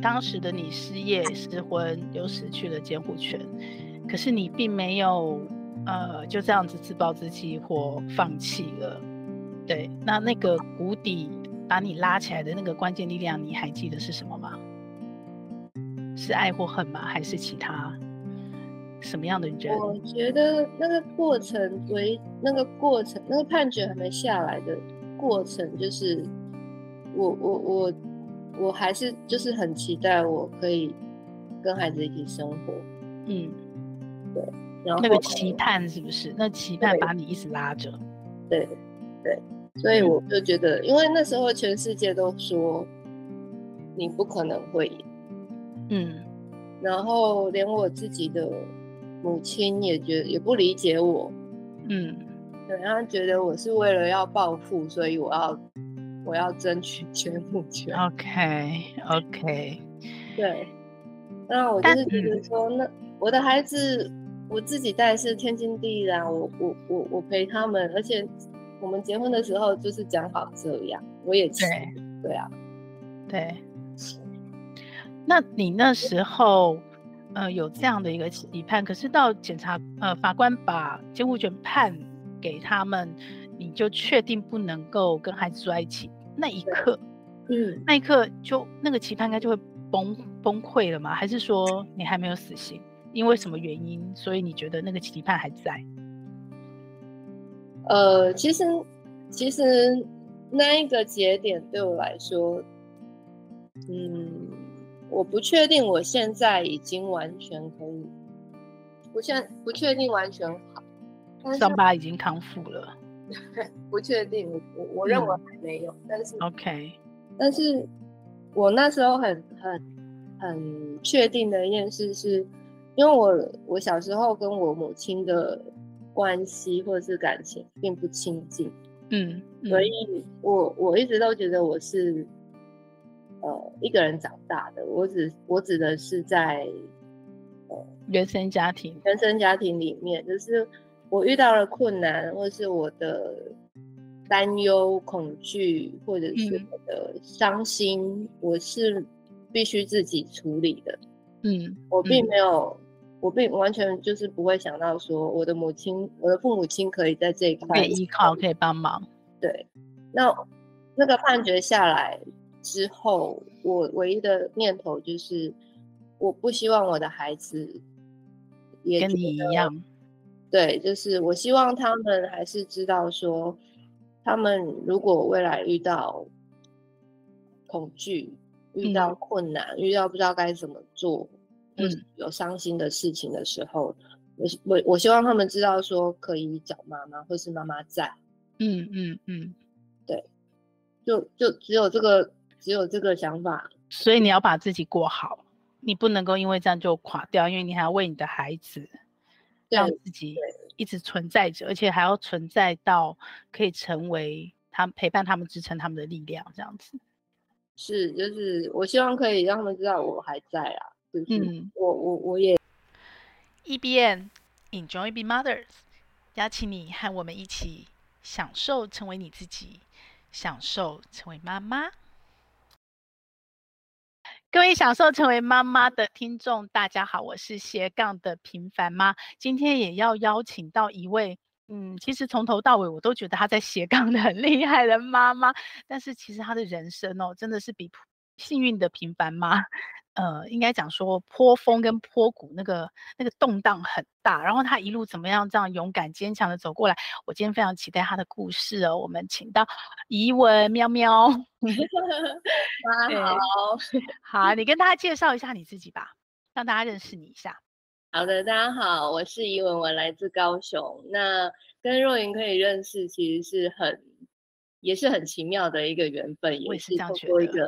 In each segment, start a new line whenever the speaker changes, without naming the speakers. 当时的你失业、失婚，又失去了监护权，可是你并没有呃就这样子自暴自弃或放弃了。对，那那个谷底把你拉起来的那个关键力量，你还记得是什么吗？是爱或恨吗？还是其他什么样的人？
我觉得那个过程为那个过程，那个判决还没下来的过程，就是我我我我还是就是很期待我可以跟孩子一起生活，
嗯，
然后
那个期盼是不是？那期盼
对
把你一直拉着。
对对，所
嗯
以我就觉得，因为那时候全世界都说你不可能会赢，
嗯
然后连我自己的母亲也觉得也不理解我，
嗯
对，他觉得我是为了要暴富，所以我要我要争取 监护权。
哦，OK OK，
对，那我就
但
是觉得说，那我的孩子我自己带是天经地义的、啊，我我我我陪他们，而且我们结婚的时候就是讲好这样，我也期
对
对啊，
对。那你那时候，呃，有这样的一个期盼，可是到检察呃法官把监护权判给他们，你就确定不能够跟孩子住在一起那一刻，
嗯，
那一刻就那个期盼应该就会崩崩溃了吗？还是说你还没有死心？因为什么原因，所以你觉得那个期盼还在？
呃，其实其实那一个节点对我来说，嗯，我不确定我现在已经完全可以，不现不确定完全好，但是
伤疤已经康复了
不确定，我我我认
嗯
为还没有，但是
，OK，
但是我那时候很很很确定的一件事是，因为我我小时候跟我母亲的关系或者是感情并不亲近，
嗯，
所
嗯
以我我一直都觉得我是呃一个人长大的，我只我指的是在
嗯原生家庭，
原生家庭里面，就是我遇到了困难，或是我的担忧、恐惧，或者是
嗯
我的伤心，我是必须自己处理的。
嗯
我并
嗯
没有，我并完全就是不会想到说我的母亲、我的父母亲可以在这一
可
块
以依靠，可以帮忙。
对，那那个判决下来之后，我唯一的念头就是，我不希望我的孩子也
跟
觉
你一
得
样，
对，就是我希望他们还是知道说，他们如果未来遇到恐惧、遇到
嗯
困难、遇到不知道该怎么做，或是
嗯
有伤心的事情的时候，我希我我希望他们知道说可以找妈妈，或是妈妈在，
嗯嗯嗯，
就就只有这个只有这个想法，
所以你要把自己过好，你不能够因为这样就垮掉，因为你还要为你的孩子，
对
让自己一直存在着，而且还要存在到可以成为他陪伴他们、支撑他们的力量，这样子。
是就是我希望可以让他们知道我还在啊，就是
嗯
我我我也
EBN Enjoy Be Mothers，邀请你和我们一起享受成为你自己，享受成为妈妈。各位享受成为妈妈的听众，大家好，我是斜杠的平凡妈，今天也要邀请到一位。嗯，其实从头到尾我都觉得她在斜杠的很厉害的妈妈，但是其实她的人生哦，真的是比普幸运的平凡妈呃，应该讲说坡峰跟坡谷那个那个动荡很大，然后他一路怎么样这样勇敢坚强的走过来，我今天非常期待他的故事哦。我们请到怡文喵喵，
妈
对
好。
好，你跟大家介绍一下你自己吧，让大家认识你一下。
好的，大家好，我是怡文，我来自高雄。那跟若云可以认识，其实是很也是很奇妙的一个缘分，
我
也
也是这样
透
觉
过一
得
个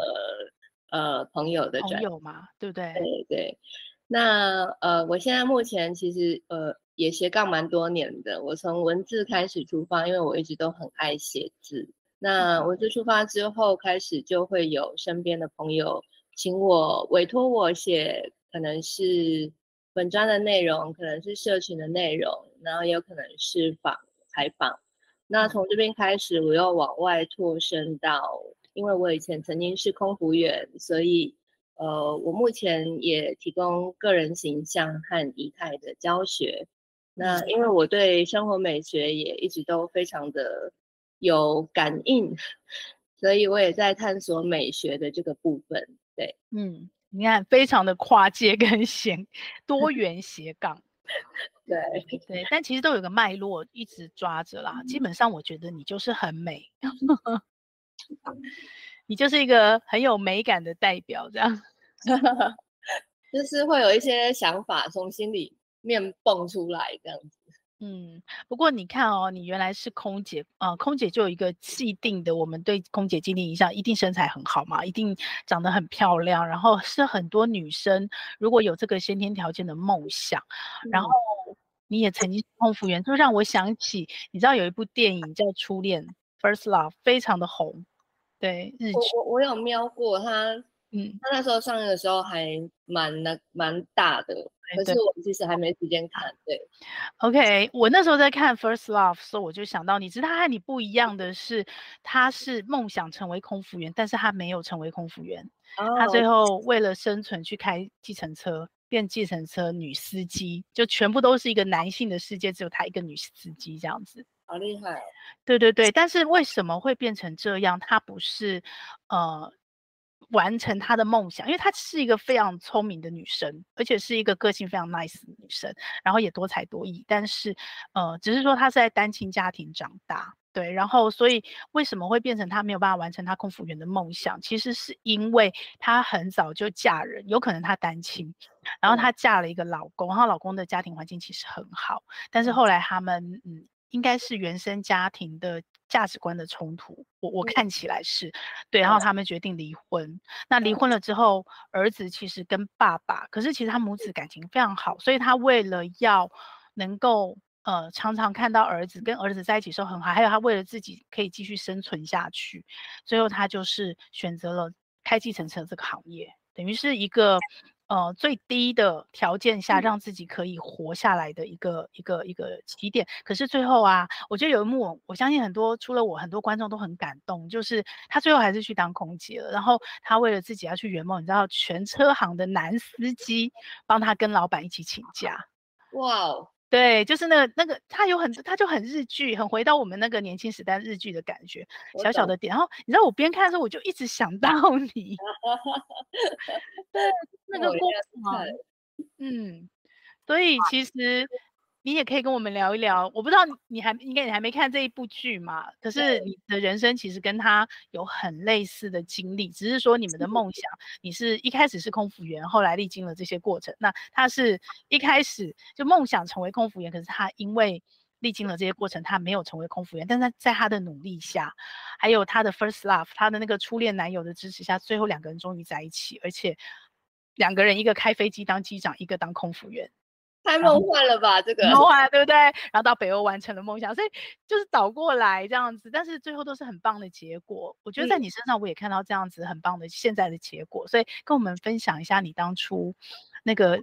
呃朋友的
朋
转
友嘛，对不对？
对对。那呃，我现在目前其实呃也斜杠蛮多年的，我从文字开始出发，因为我一直都很爱写字。那文字出发之后，开始就会有身边的朋友请我委托我写，可能是文章的内容，可能是社群的内容，然后也有可能是访采访。那从这边开始，我又往外拓伸到，因为我以前曾经是空服员，所以呃，我目前也提供个人形象和仪态的教学。那因为我对生活美学也一直都非常的有感应， 所以我也在探索美学的这个部分。对，
嗯，你看，非常的跨界跟斜多元斜杠。
对，
对，但其实都有个脉络一直抓着啦。基本上，我觉得你就是很美， 你就是一个很有美感的代表，这样。
就是会有一些想法从心里面蹦出来这样子。
嗯，不过你看哦，你原来是空姐啊、呃空姐就有一个既定的，我们对空姐既定印象，一定身材很好嘛，一定长得很漂亮，然后是很多女生如果有这个先天条件的梦想。
嗯
然后你也曾经是空服员，就让我想起，你知道有一部电影叫《初恋》（First Love），非常的红，对日
我
剧，
我我有瞄过他，
嗯，
他那时候上映的时候还蛮那蛮大的，可
对
是我其实还没时间看。对，
OK，我那时候在看《First Love》的时候，我就想到你，只是他和你不一样的是，他是梦想成为空服员，但是他没有成为空服员，他
哦
最后为了生存去开计程车，变计程车女司机，就全部都是一个男性的世界，只有他一个女司机这样子。
好厉害哦，
对对对，但是为什么会变成这样？他不是呃完成他的梦想，因为她是一个非常聪明的女生，而且是一个个性非常 nice 的女生，然后也多才多艺，但是呃，只是说她是在单亲家庭长大。对，然后所以为什么会变成她没有办法完成她空服员的梦想？其实是因为她很早就嫁人，有可能她单亲，然后
嗯
她嫁了一个老公，然后老公的家庭环境其实很好，但是
嗯
后来他们嗯，应该是原生家庭的价值观的冲突，我我
嗯
看起来是对，然后他们决定离婚。那离婚了之后，儿子其实跟爸爸，可是其实他母子感情非常好，所以他为了要能够。呃，常常看到儿子跟儿子在一起的时候很好，还有他为了自己可以继续生存下去，最后他就是选择了开计程车这个行业，等于是一个呃最低的条件
嗯
下，让自己可以活下来的一个一个一个起点。可是最后啊，我觉得有一幕我，我相信很多除了我，很多观众都很感动，就是他最后还是去当空姐了。然后他为了自己要去圆梦，你知道全车行的男司机帮他跟老板一起请假。
哇哦，
对，就是那个那个，他有很他就很日剧，很回到我们那个年轻时代日剧的感觉，
我
小小
懂
的点。然后你知道我边看的时候，我就一直想到 你 那个
我应
过
该
程
看，
嗯，所以其实你也可以跟我们聊一聊。我不知道你你还应该你还没看这一部剧嘛？可是你的人生其实跟他有很类似的经历，只是说你们的梦想，你是一开始是空服员，后来历经了这些过程。那他是一开始就梦想成为空服员，可是他因为历经了这些过程，他没有成为空服员，但是在他的努力下，还有他的 first love，他的那个初恋男友的支持下，最后两个人终于在一起，而且两个人一个开飞机当机长，一个当空服员，
太
然后
梦幻了吧？这个
然后啊，对不对？然后到北欧完成了梦想，所以就是倒过来这样子，但是最后都是很棒的结果。我觉得在
嗯
你身上，我也看到这样子很棒的现在的结果，所以跟我们分享一下你当初那个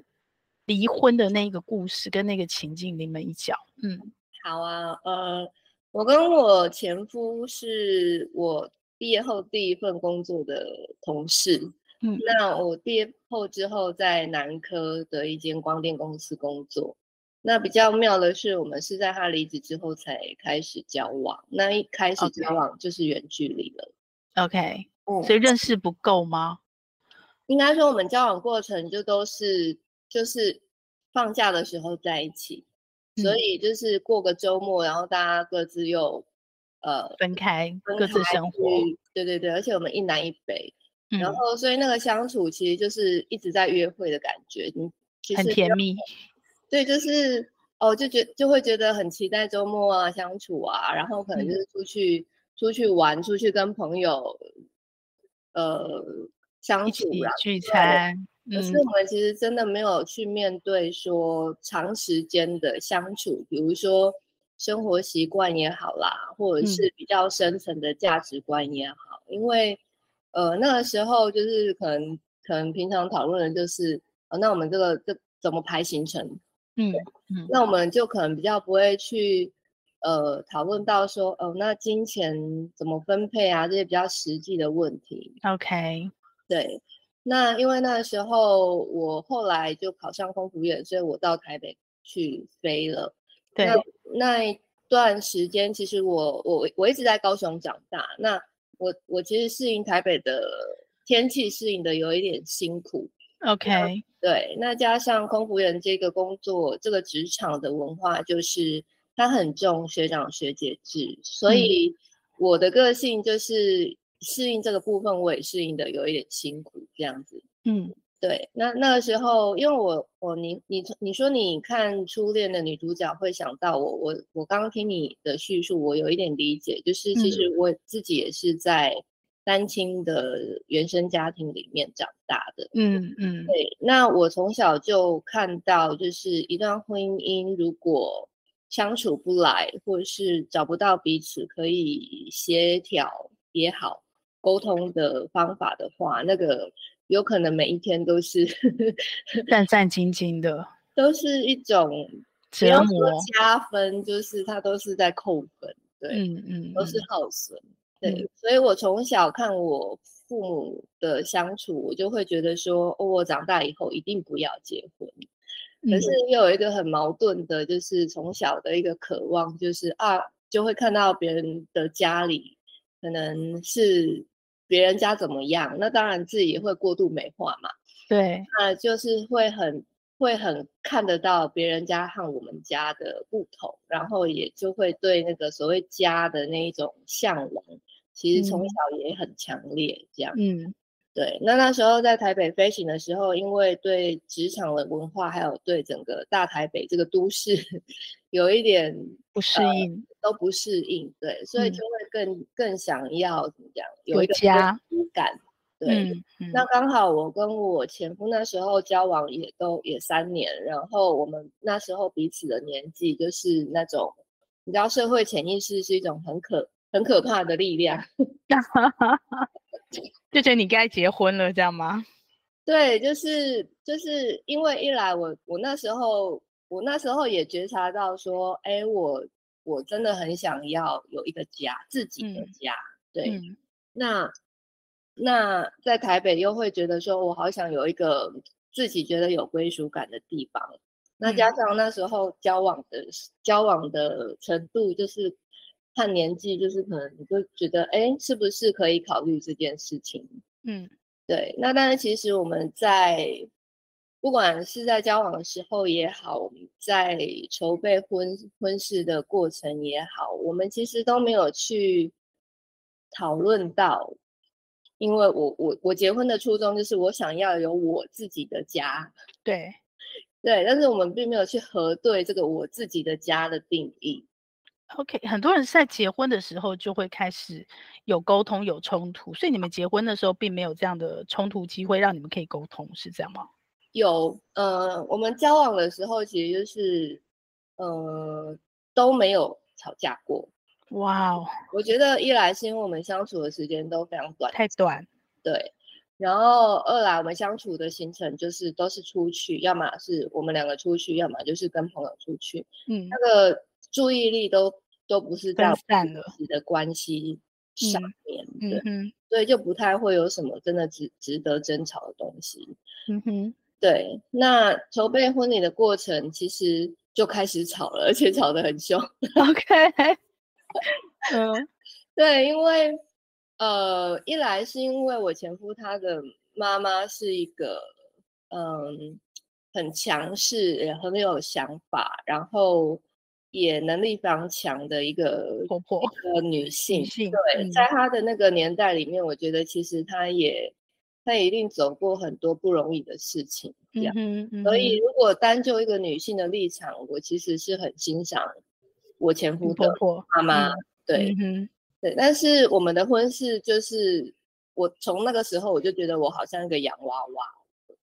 离婚的那个故事跟那个情境临门一脚。嗯
好啊，呃，我跟我前夫是我毕业后第一份工作的同事。
嗯
那我毕业后之后在南科的一间光电公司工作。那比较妙的是，我们是在他离职之后才开始交往。那一开始交
OK 哦
往就是远距离了。
，OK，
嗯
所以认识不够吗？
应该说我们交往过程就都是就是放假的时候在一起，所
嗯
以就是过个周末，然后大家各自又呃
分开
分
各自
开
生活，
去，对对对，而且我们一南一北，
嗯
然，后所以那个相处其实就是一直在约会的感觉，你其
很
实
甜蜜。
对，就是哦，就觉就会觉得很期待周末啊相处啊，然后可能
嗯
就是出去、出去玩，出去跟朋友呃相
一
处，
起
然
聚
啊对
餐，
可是
嗯
我们其实真的没有去面对说长时间的相处，比如说生活习惯也好啦，或者
嗯
是比较深层的价值观也好，因为呃那个时候就是可能可能平常讨论的就是，呃、那我们这个这怎么排行程，
嗯嗯
那我们就可能比较不会去呃讨论到说，哦、那金钱怎么分配啊这些比较实际的问题，
，OK，
对，那因为那个时候我后来就考上空服员，所以我到台北去飞了。
对
那啊那一段时间，其实我我我一直在高雄长大，那我我其实适应台北的天气适应的有一点辛苦。
，OK，
对，那加上空服员这个工作，这个职场的文化就是它很重学长学姐制，所
嗯
以我的个性就是适应这个部分，我也适应的有一点辛苦这样子。
嗯，
对，那那个时候，因为我我你你你说你看《初恋的女主角》会想到我，我我刚刚听你的叙述，我有一点理解，就是其
嗯
实我自己也是在单亲的原生家庭里面长大的，
嗯嗯，
对，那我从小就看到，就是一段婚姻如果相处不来，或是找不到彼此可以协调也好、沟通的方法的话，那个有可能每一天都是
战战兢兢的
都是一种不
折
要说
磨，
加分，就是它都是在扣分，对。
嗯嗯，
都是
嗯
耗损。
嗯
对，所以我从小看我父母的相处，我就会觉得说，哦，我长大以后一定不要结婚。可
嗯
是又有一个很矛盾的，就是从小的一个渴望，就是啊，就会看到别人的家里可能是别人家怎么样，那当然自己也会过度美化嘛。
对，
那就是会很会很看得到别人家和我们家的不同，然后也就会对那个所谓家的那一种向往，其实从
嗯
小也很强烈。这样、
嗯
对。那那时候在台北飞行的时候，因为对职场的文化，还有对整个大台北这个都市 有一点
不适
呃
应，
都不适应，对，所以
嗯
就会更、更想要怎么讲，
有
有一个归
家
属感，对。
嗯嗯
那刚好我跟我前夫那时候交往也都也三年，然后我们那时候彼此的年纪就是那种，你知道社会潜意识是一种很可很可怕的力量，
就觉得你该结婚了，这样吗？
对，就是就是因为一来我我那时候我那时候也觉察到说，哎，我我真的很想要有一个家，自己的
嗯
家，对，
嗯
那那在台北又会觉得说，我好想有一个自己觉得有归属感的地方。那加
嗯
上那时候交往的时交往的程度，就是看年纪，就是可能你就觉得，哎，是不是可以考虑这件事情？
嗯
对，那但是其实我们在不管是在交往的时候也好，我们在筹备婚婚事的过程也好，我们其实都没有去讨论到，因为我我我结婚的初衷就是我想要有我自己的家，
对，
对，但是我们并没有去核对这个我自己的家的定义，
OK，很多人是在结婚的时候就会开始有沟通、有冲突，所以你们结婚的时候并没有这样的冲突机会，让你们可以沟通，是这样吗？
有，呃，我们交往的时候其实就是，呃，都没有吵架过。
哇哦，
我觉得一来是因为我们相处的时间都非常短，
太短，
对，然后二来我们相处的行程就是都是出去，要么是我们两个出去，要么就是跟朋友出去，
嗯
那个注意力都都不是在
分
我们
散了
彼此的关系上
嗯
面，
嗯
对，
哼
所以就不太会有什么真的值值得争吵的东西。
嗯哼，
对，那筹备婚礼的过程其实就开始吵了，而且吵得很 凶。
OK，嗯
对，因为呃，一来是因为我前夫他的妈妈是一个嗯很强势，也很有想法，然后也能力非常强的一个
婆婆
一个女 性
女。性，
对，
嗯
在她的那个年代里面，我觉得其实她也她也一定走过很多不容易的事情，这样。
嗯哼，
所
嗯
以，
哼
如果单就一个女性的立场，我其实是很欣赏我前夫
你
的
婆婆
妈妈。对，
嗯哼
对，但是我们的婚事就是，我从那个时候我就觉得我好像一个洋娃娃。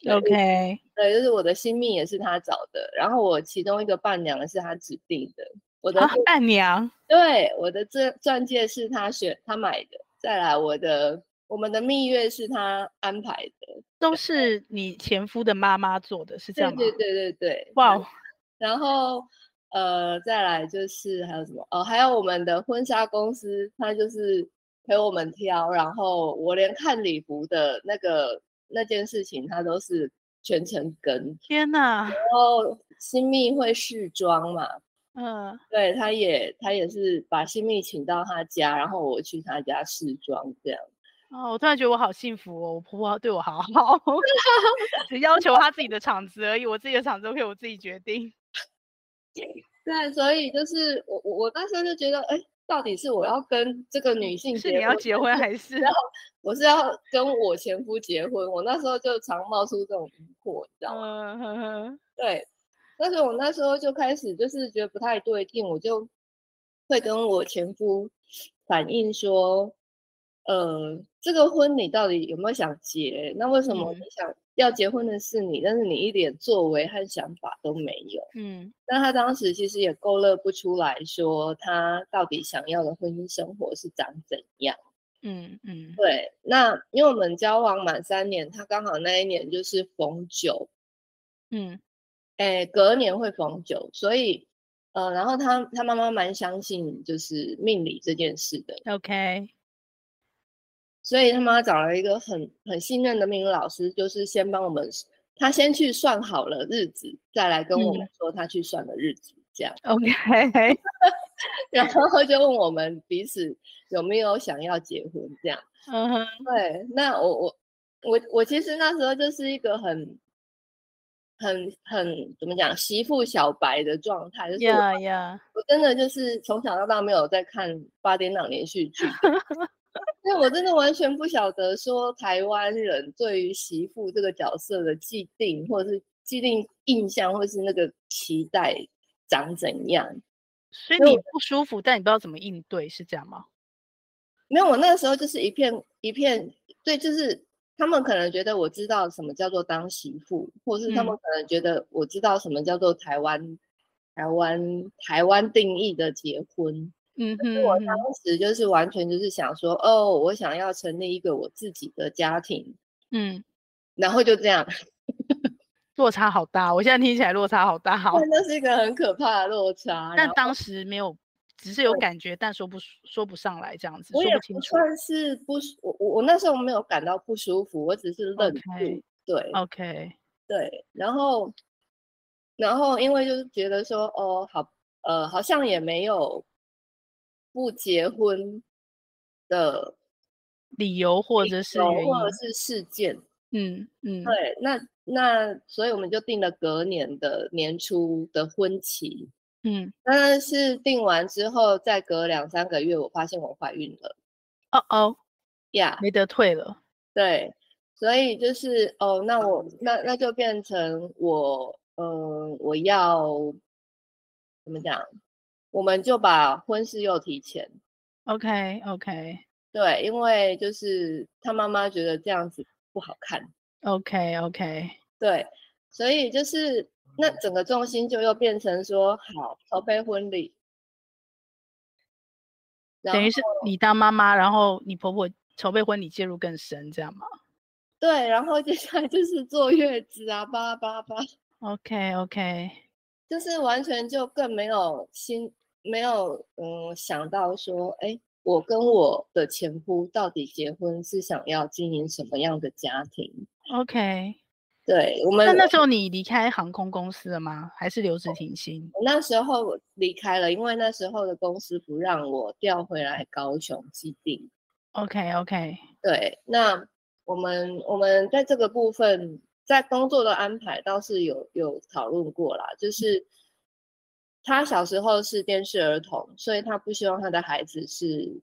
对
，OK，
对，就是我的新命也是他找的，然后我其中一个伴娘是他指定的，我的
啊
婚、，
伴娘，
对我的这钻戒是他选他买的，再来我的我们的蜜月是他安排的，
都是你前夫的妈妈做的，是这
对
样吗？
对对对对，
哇
然
哦，
然后呃，再来就是还有什么哦，还有我们的婚纱公司，他就是陪我们挑，然后我连看礼服的那个那件事情，他都是全程跟。
天哪，
然后新密会试妆嘛，
嗯，
对，他也他也是把新密请到他家，然后我去他家试妆这样。
哦，我突然觉得我好幸福哦，我婆婆对我好 好，只要求她自己的场子而已，我自己的场子可以我自己决定。
对，所以就是我我我那时候就觉得，哎，到底是我要跟这个女性
是
结
你要
婚
结婚还是？
我是要跟我前夫结婚，我那时候就常冒出这种疑惑，你知道吗？
嗯呵 呵，
对，但是我那时候就开始就是觉得不太对劲，我就会跟我前夫反映说，呃，这个婚你到底有没有想结？那为什么
嗯
你想要结婚的是你，但是你一点作为和想法都没有？
嗯
那他当时其实也勾勒不出来说他到底想要的婚姻生活是长怎样。
嗯嗯，
对，那因为我们交往满三年，他刚好那一年就是逢九，
嗯
哎，隔年会逢九，所以，呃，然后他他妈妈蛮相信就是命理这件事的，
，OK，
所以他妈找了一个很很信任的命理老师，就是先帮我们，他先去算好了日子，再来跟我们说他去算的日子，这样，
OK，
然后就问我们彼此有没有想要结婚这样。
嗯哼，
对，那我我我我其实那时候就是一个很很很怎么讲媳妇小白的状态，就是我
呀呀，
我真的就是从小到大没有在看八点档连续剧的，因为我真的完全不晓得说台湾人对于媳妇这个角色的既定或者是既定印象，或是那个期待长怎样。
所以
所以
你
我
不舒服，但你不知道怎么应对，是这样吗？
没有，我那个时候就是一片一片，对，就是他们可能觉得我知道什么叫做当媳妇，或是他们
嗯
可能觉得我知道什么叫做台湾、台湾、台湾定义的结婚。
嗯
所
哼，
以我
嗯
当时就是完全就是想说，哦，我想要成立一个我自己的家庭，
嗯，
然后就这样。
落差好大，我现在听起来落差好大。好
但， 那是一个很可怕的落差。然
但
后
当时没有，只是有
对
感觉，但说不说不上来，这样子
我
说
也
不清
不
楚。
算是不舒，我我我那时候没有感到不舒服，我只是愣住。
OK
对，
OK，
对，然后，然后因为就是觉得说，哦，好，呃，好像也没有不结婚的
理由或
理
者是
由
原
或者是事件，
因，嗯嗯，
对，那那所以我们就定了隔年的年初的婚期，
嗯，
但是定完之后，再隔两三个月，我发现我怀孕了
哦哦，
呀
没得退了。
对，所以就是哦，那我那那就变成我，嗯，我要怎么讲？我们就把婚事又提前，
OK OK
对，因为就是他妈妈觉得这样子不好看，
OK OK，
对，所以就是那整个重心就又变成说，好，筹备婚礼，然
等于是你当妈妈，然后你婆婆筹备婚礼介入更深，这样吗
对，然后接下来就是坐月子啊，巴拉巴拉巴拉。
？OK OK，
就是完全就更没有心，没有嗯想到说，哎，我跟我的前夫到底结婚是想要经营什么样的家庭？
OK，
对我
那
们
那时候你离开航空公司了吗？还是留职
哦
停薪？
我那时候我离开了，因为那时候的公司不让我调回来高雄基地。
OK OK，
对，那我们我们在这个部分，在工作的安排倒是有有讨论过啦，
嗯
就是他小时候是电视儿童，所以他不希望他的孩子是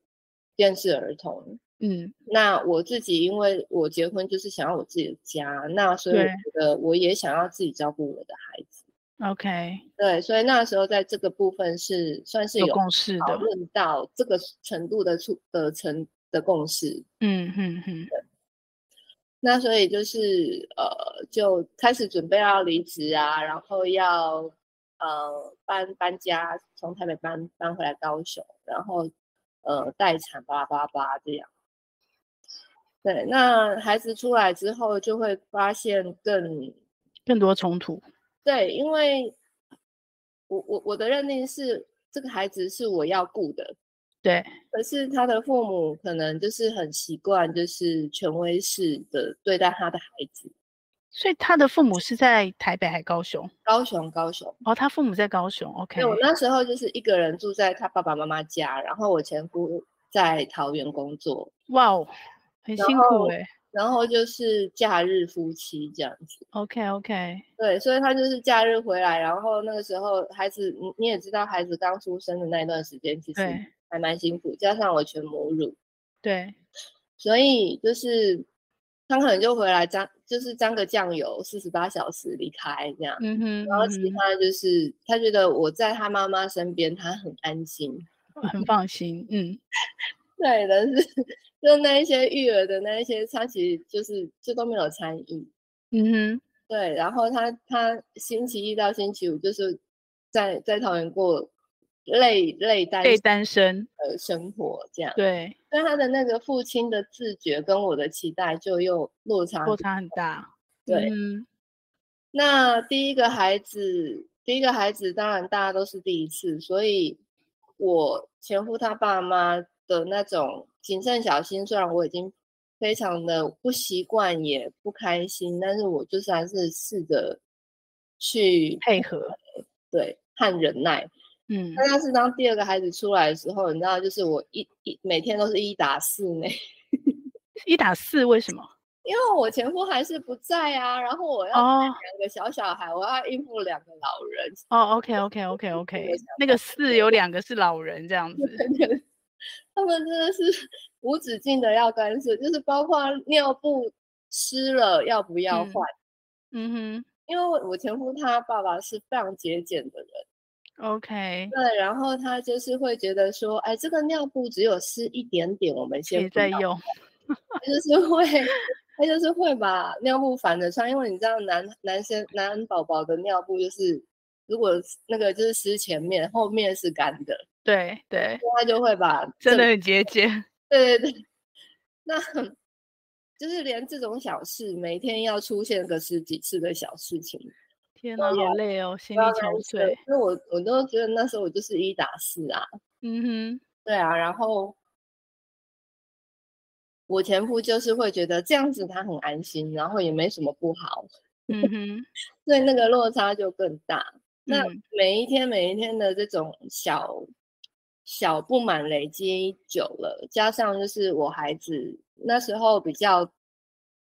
电视儿童。
嗯，
那我自己，因为我结婚就是想要我自己的家，那所以我
对
觉得我也想要自己照顾我的孩子。
OK，
对，所以那时候在这个部分是算是
有
有
共识
讨
的，
论到这个程度的出的成的共识。
嗯嗯嗯，
那所以就是呃，就开始准备要离职啊，然后要呃搬搬家，从台北搬搬回来高雄，然后呃待产，巴拉巴拉巴拉这样。对，那孩子出来之后就会发现更
更多冲突。
对，因为我我我的认定是这个孩子是我要顾的，
对，
可是他的父母可能就是很习惯，就是权威式的对待他的孩子。
所以他的父母是在台北还高雄？
高雄，高雄。
哦，他父母在高雄，OK
对，。我那时候就是一个人住在他爸爸妈妈家，然后我前夫在桃园工作，
哇哦，很
然
辛苦
后
哎、
然后就是假日夫妻这样子。
OK OK，
对，所以他就是假日回来，然后那个时候孩子，你你也知道，孩子刚出生的那一段时间其实
对
还蛮辛苦，加上我全母乳，
对，
所以就是他可能就回来沾，就是沾个酱油，四十八小时离开这样。
嗯哼，
然后
嗯
其
哼
他就是他觉得我在他妈妈身边，他很安心。
很放心，嗯，
对，但是就那一些育儿的那一些，他其实就是就都没有参与。
嗯哼，
对，然后他他星期一到星期五就是在在桃园过累累单
被
身
单身，
的生活这样，
对，
所以他的那个父亲的自觉跟我的期待就又落差
落
很
差很大，
啊对
嗯
那第一个孩子，第一个孩子当然大家都是第一次，所以我前夫他爸妈的那种谨慎小心，虽然我已经非常的不习惯，也不开心，但是我就是还是试着去
配合，
对和忍耐。
嗯，
那但是当第二个孩子出来的时候，你知道，就是我一一每天都是一打四呢，
一打四为什么？
因为我前夫还是不在啊，然后我要带
哦
两个小小孩，我要应付两个老人，
哦，OK OK OK
我
OK，
想
那个四有两个是老人这样子，
他们真的是 无止境的要干涉，就是包括尿布湿了要不要
嗯
换。
嗯
因为我前夫他爸爸是非常节俭的人，
哼，OK，
对，然后他就是会觉得说，哎，这个尿布只有湿一点点，我们
可以
先不
再
要
用，
他就是会，他就是会把尿布反着穿，因为你知道男男生男宝宝的尿布就是，如果是那个就是湿前面，后面是干的，
对对，
他就会把
真
正
的很节俭，
对 对对，那就是连这种小事，每天要出现个十几次的小事情，
天哪，好累哦，心
不
力
要
憔
干涉
悴，。
因为我我都觉得那时候我就是一打四啊，
嗯哼，
对啊，然后我前夫就是会觉得这样子他很安心，然后也没什么不好，
嗯哼，
所以那个落差就更大。 那
嗯
每一天每一天的这种小小不满累积久了，加上就是我孩子那时候比较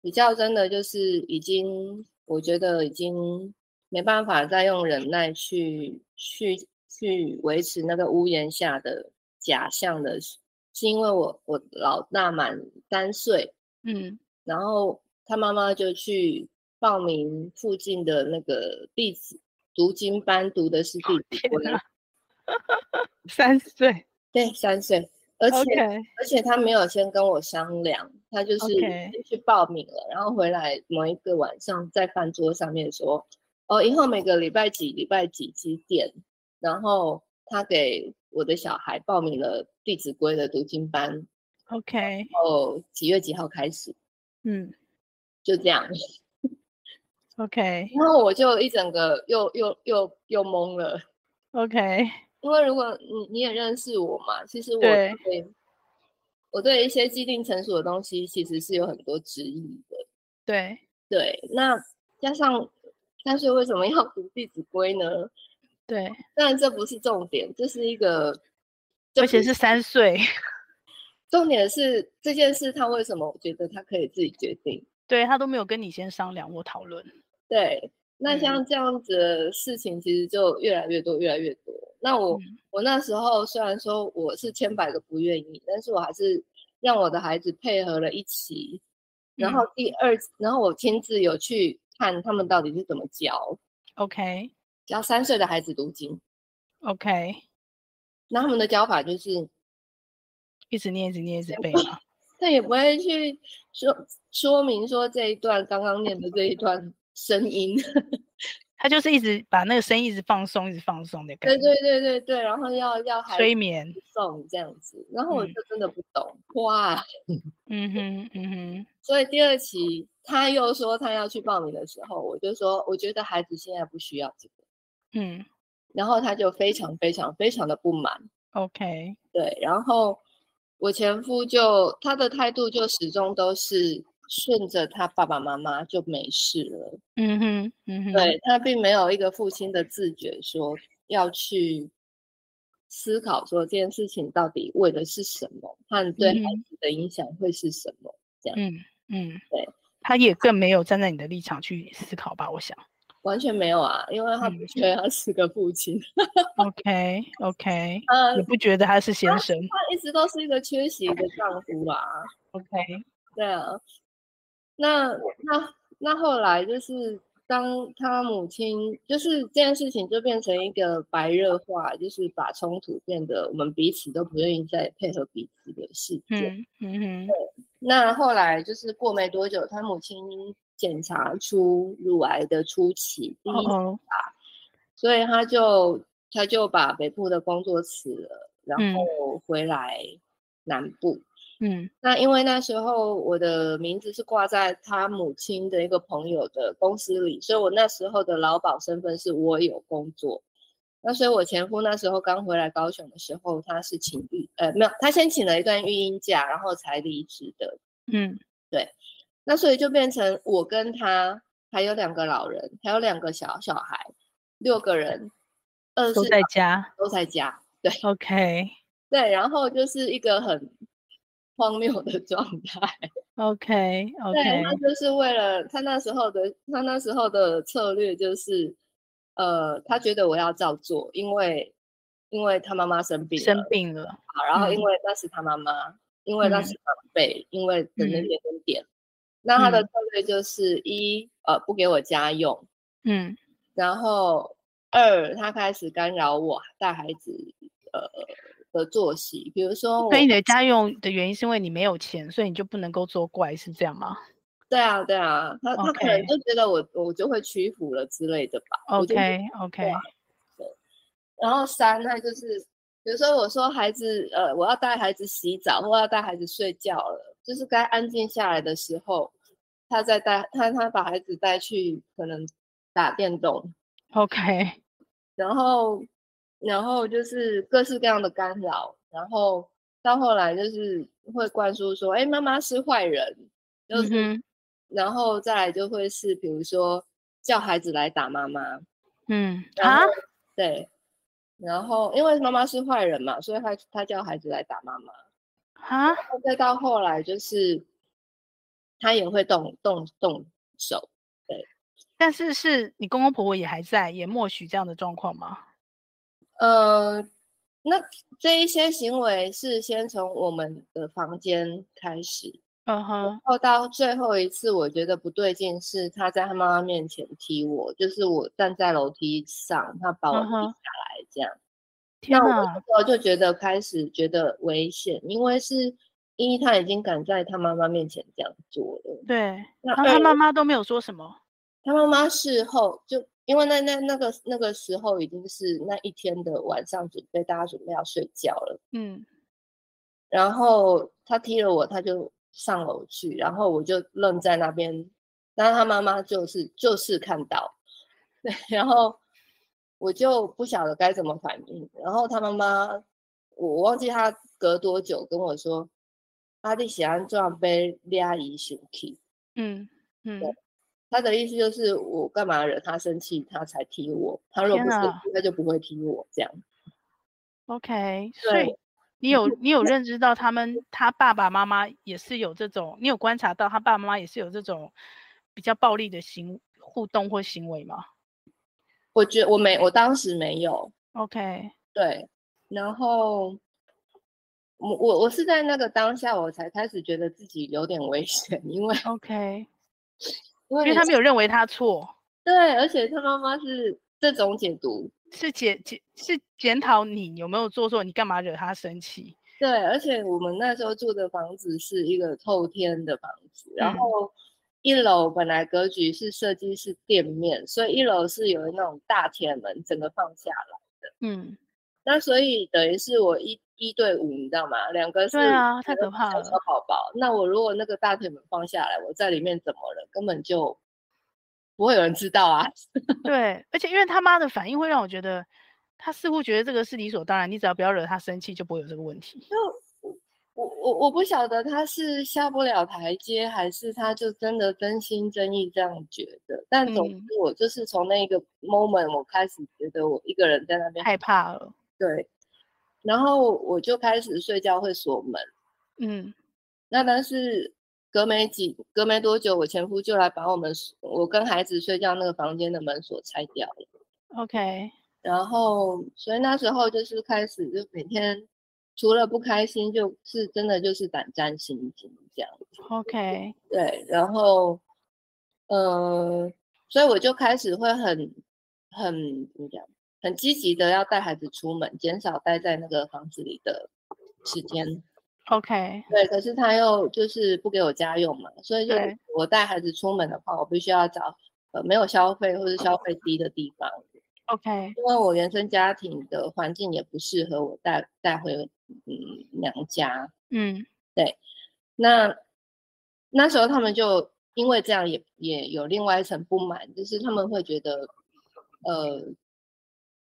比较真的就是已经，我觉得已经没办法再用忍耐去去去维持那个屋檐下的假象的是，是因为我我老大满三岁，
嗯，
然后他妈妈就去报名附近的那个弟子读经班，读的是弟
哦
子
天
规，
哪三岁
对，三岁，而且
，OK，
而且他没有先跟我商量，他就是
OK
先去报名了，然后回来某一个晚上在饭桌上面说，哦，以后每个礼拜几礼拜几几点，然后他给我的小孩报名了《弟子规》的读经班，
OK，
哦，几月几号开始，
嗯
就这样。
，OK
然后我就一整个又又又又懵了，
OK，
因为如果你你也认识我嘛，其实我
对
我对一些既定成熟的东西其实是有很多质疑的。
对，
对，那加上但是为什么要读《弟子规》呢？
对，
当然这不是重点，这是一个，这
而且
不
是三岁，
重点是这件事他为什么我觉得他可以自己决定。
对他都没有跟你先商量或讨论。
对，那
嗯
像这样子的事情，其实就越来越多，越来越多。那我、
嗯
我那时候虽然说我是千百个不愿意，但是我还是让我的孩子配合了一起。然
嗯
后第二，然后我亲自有去看他们到底是怎么教，
OK
教三岁的孩子读经。
OK，
那他们的教法就是，
一直念一直念一直 背嘛。
他也不会去说说明说这一段刚刚念的这一段声音，
他就是一直把那个声音一直放松，一直放松的感
对
觉，
对对对对，然后要要孩子
催眠。
送这样子，然后我
嗯
就真的不懂、哇！
嗯哼，嗯哼，
所以第二期他又说他要去报名的时候，我就说我觉得孩子现在不需要这个，
嗯
然后他就非常非常非常的不满，
OK，
对，然后我前夫就他的态度就始终都是顺着他爸爸妈妈就没事了，
嗯哼，嗯哼，
对他并没有一个父亲的自觉说要去思考说这件事情到底为的是什么，和对孩
嗯
子的影响会是什么。
嗯嗯，
对，
他也更没有站在你的立场去思考吧，我想。
完全没有啊，因为他不
嗯
觉得他是个父亲，
OK OK，
他
也不觉得他是先生。
呃他一直都是一个缺席的丈夫啦、
OK，
对啊，那那那后来就是当他母亲，就是这件事情就变成一个白热化，就是把冲突变得我们彼此都不愿意再配合彼此的事件。
嗯嗯哼，
那后来就是过没多久，他母亲检查出乳癌的初期，第
哦
一
哦，
所以他就他就把北部的工作辞了，然
嗯
后回来南部。
嗯
那因为那时候我的名字是挂在他母亲的一个朋友的公司里，所以我那时候的劳保身份是我有工作。那所以我前夫那时候刚回来高雄的时候，他是请育呃没有，他先请了一段育婴假，然后才离职的。
嗯
那所以就变成我跟他还有两个老人，还有两个小小孩，六个人，二十
都
四
在
小时
家。
都在家。
OK
对，然后就是一个很荒谬的状态。
OK
对
OK，
他就是为了他那时候的他那时候的策略就是，呃，他觉得我要照做，因为因为他妈妈生病
生
了，
病了。
然后
嗯
因为那是他妈妈，因为那
嗯
是长辈，因为
嗯
等等点点点。那他的
嗯
策略就是一呃不给我家用，
嗯
然后二他开始干扰我带孩子呃的作息，比如说我
所以你的家用的原因是因为你没有钱，所以你就不能够作怪，是这样吗
对啊对啊，他他可能
OK
就觉得我我就会屈服了之类的
啊
吧。我就
？OK OK，
然后三，那就是比如说我说孩子，呃，我要带孩子洗澡或要带孩子睡觉了，就是该安静下来的时候，他再带他他把孩子带去可能打电动，
OK，
然后然后就是各式各样的干扰，然后到后来就是会灌输说，哎，妈妈是坏人，就
嗯
是、
哼，
然后再来就会是比如说叫孩子来打妈妈，
嗯
然
啊
后，对，然后因为妈妈是坏人嘛，所以他他叫孩子来打妈妈。
啊，
然后再到后来就是他也会动动动手，
但是是你公公婆婆也还在，也默许这样的状况吗？
呃，那这一些行为是先从我们的房间开始，
嗯哼，
然后到最后一次我觉得不对劲是他在他妈妈面前踢我，就是我站在楼梯上，他把我
嗯
踢下
哼
来这样。
天
那我
哪
那时，候就觉得开始觉得危险，因为是一他已经敢在他妈妈面前这样做了，
对，
那
然后他
二
妈妈都没有说什么。
他妈妈事后就因为那那那个那个时候已经是那一天的晚上，准备大家准备要睡觉了，
嗯
然后他踢了我，他就上楼去，然后我就愣在那边，然后他妈妈就是就是看到， 对，然后我就不晓得该怎么反应，然后他妈妈，我忘记他隔多久跟我说，阿弟喜欢这样被俩姨生气，
嗯嗯，
他的意思就是我干嘛惹他生气，他才踢我，他如果
天
不生
哪
气，他就不会踢我这样。
OK，所
对
以你 有你有认知到他们他爸爸妈妈也是有这种，你有观察到他爸爸妈妈也是有这种比较暴力的行互动或行为吗
我觉我没我当时没有，
？OK，
对，然后我我我是在那个当下，我才开始觉得自己有点危险，因为
OK，
因
因
为
为
你
他
是
没有认为他错，
对，而且他妈妈是这种解读，
是检检是检讨你有没有做错，你干嘛惹他生气？
对，而且我们那时候住的房子是一个透天的房子，然
嗯
后一楼本来格局是设计是店面，所以一楼是有那种大铁门整个放下来，
嗯，
那所以等于是我一一对五，你知道吗？两个是
对啊，太
两个
可怕
小
了
小。宝宝，那我如果那个大腿门放下来，我在里面怎么了？根本就不会有人知道啊。
对，而且因为他妈的反应会让我觉得他似乎觉得这个是理所当然，你只要不要惹他生气，就不会有这个问题。
我我我不晓得他是下不了台阶，还是他就真的真心真意这样觉得。但总
嗯
之，我就是从那个 moment 我开始觉得我一个人在那边
害怕了，
对，然后我就开始睡觉会锁门。
嗯，
那但是隔没几隔没多久，我前夫就来把我们我跟孩子睡觉那个房间的门锁拆掉了。
OK，
然后，所以那时候就是开始就每天除了不开心，就是真的就是胆战心惊这样。
OK，
对，然后，呃，所以我就开始会很很怎么讲，很积极的要带孩子出门，减少待在那个房子里的时间。
OK，
对，可是他又就是不给我家用嘛，所以就
对
我带孩子出门的话，我必须要找呃没有消费或是消费低的地方，
OK，
因为我原生家庭的环境也不适合我带带回嗯娘家。
嗯，
那那时候他们就因为这样也也有另外一层不满，就是他们会觉得，呃，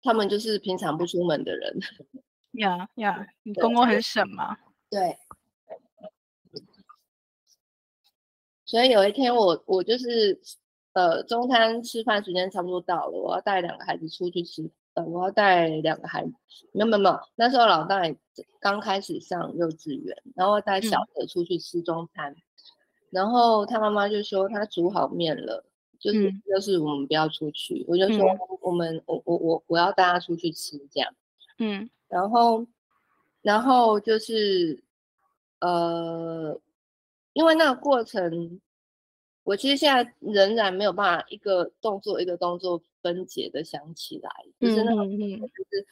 他们就是平常不出门的人。
呀呀，你
对
公公
所以
很省嘛，
对。所以有一天我我就是呃中餐吃饭时间差不多到了，我要带两个孩子出去吃，呃我要带两个孩子，没有没有没有，那时候老大也刚开始上幼稚园，然后带
嗯
小的出去吃中餐，然后他妈妈就说他煮好面了。就是
嗯
就是我们不要出去，我就说
嗯
我们我我我我要带他出去吃这样，
嗯
然后，然后就是，呃，因为那个过程，我其实现在仍然没有办法一个动作一个动作分解的想起来，就是
嗯
那个，
嗯嗯
就是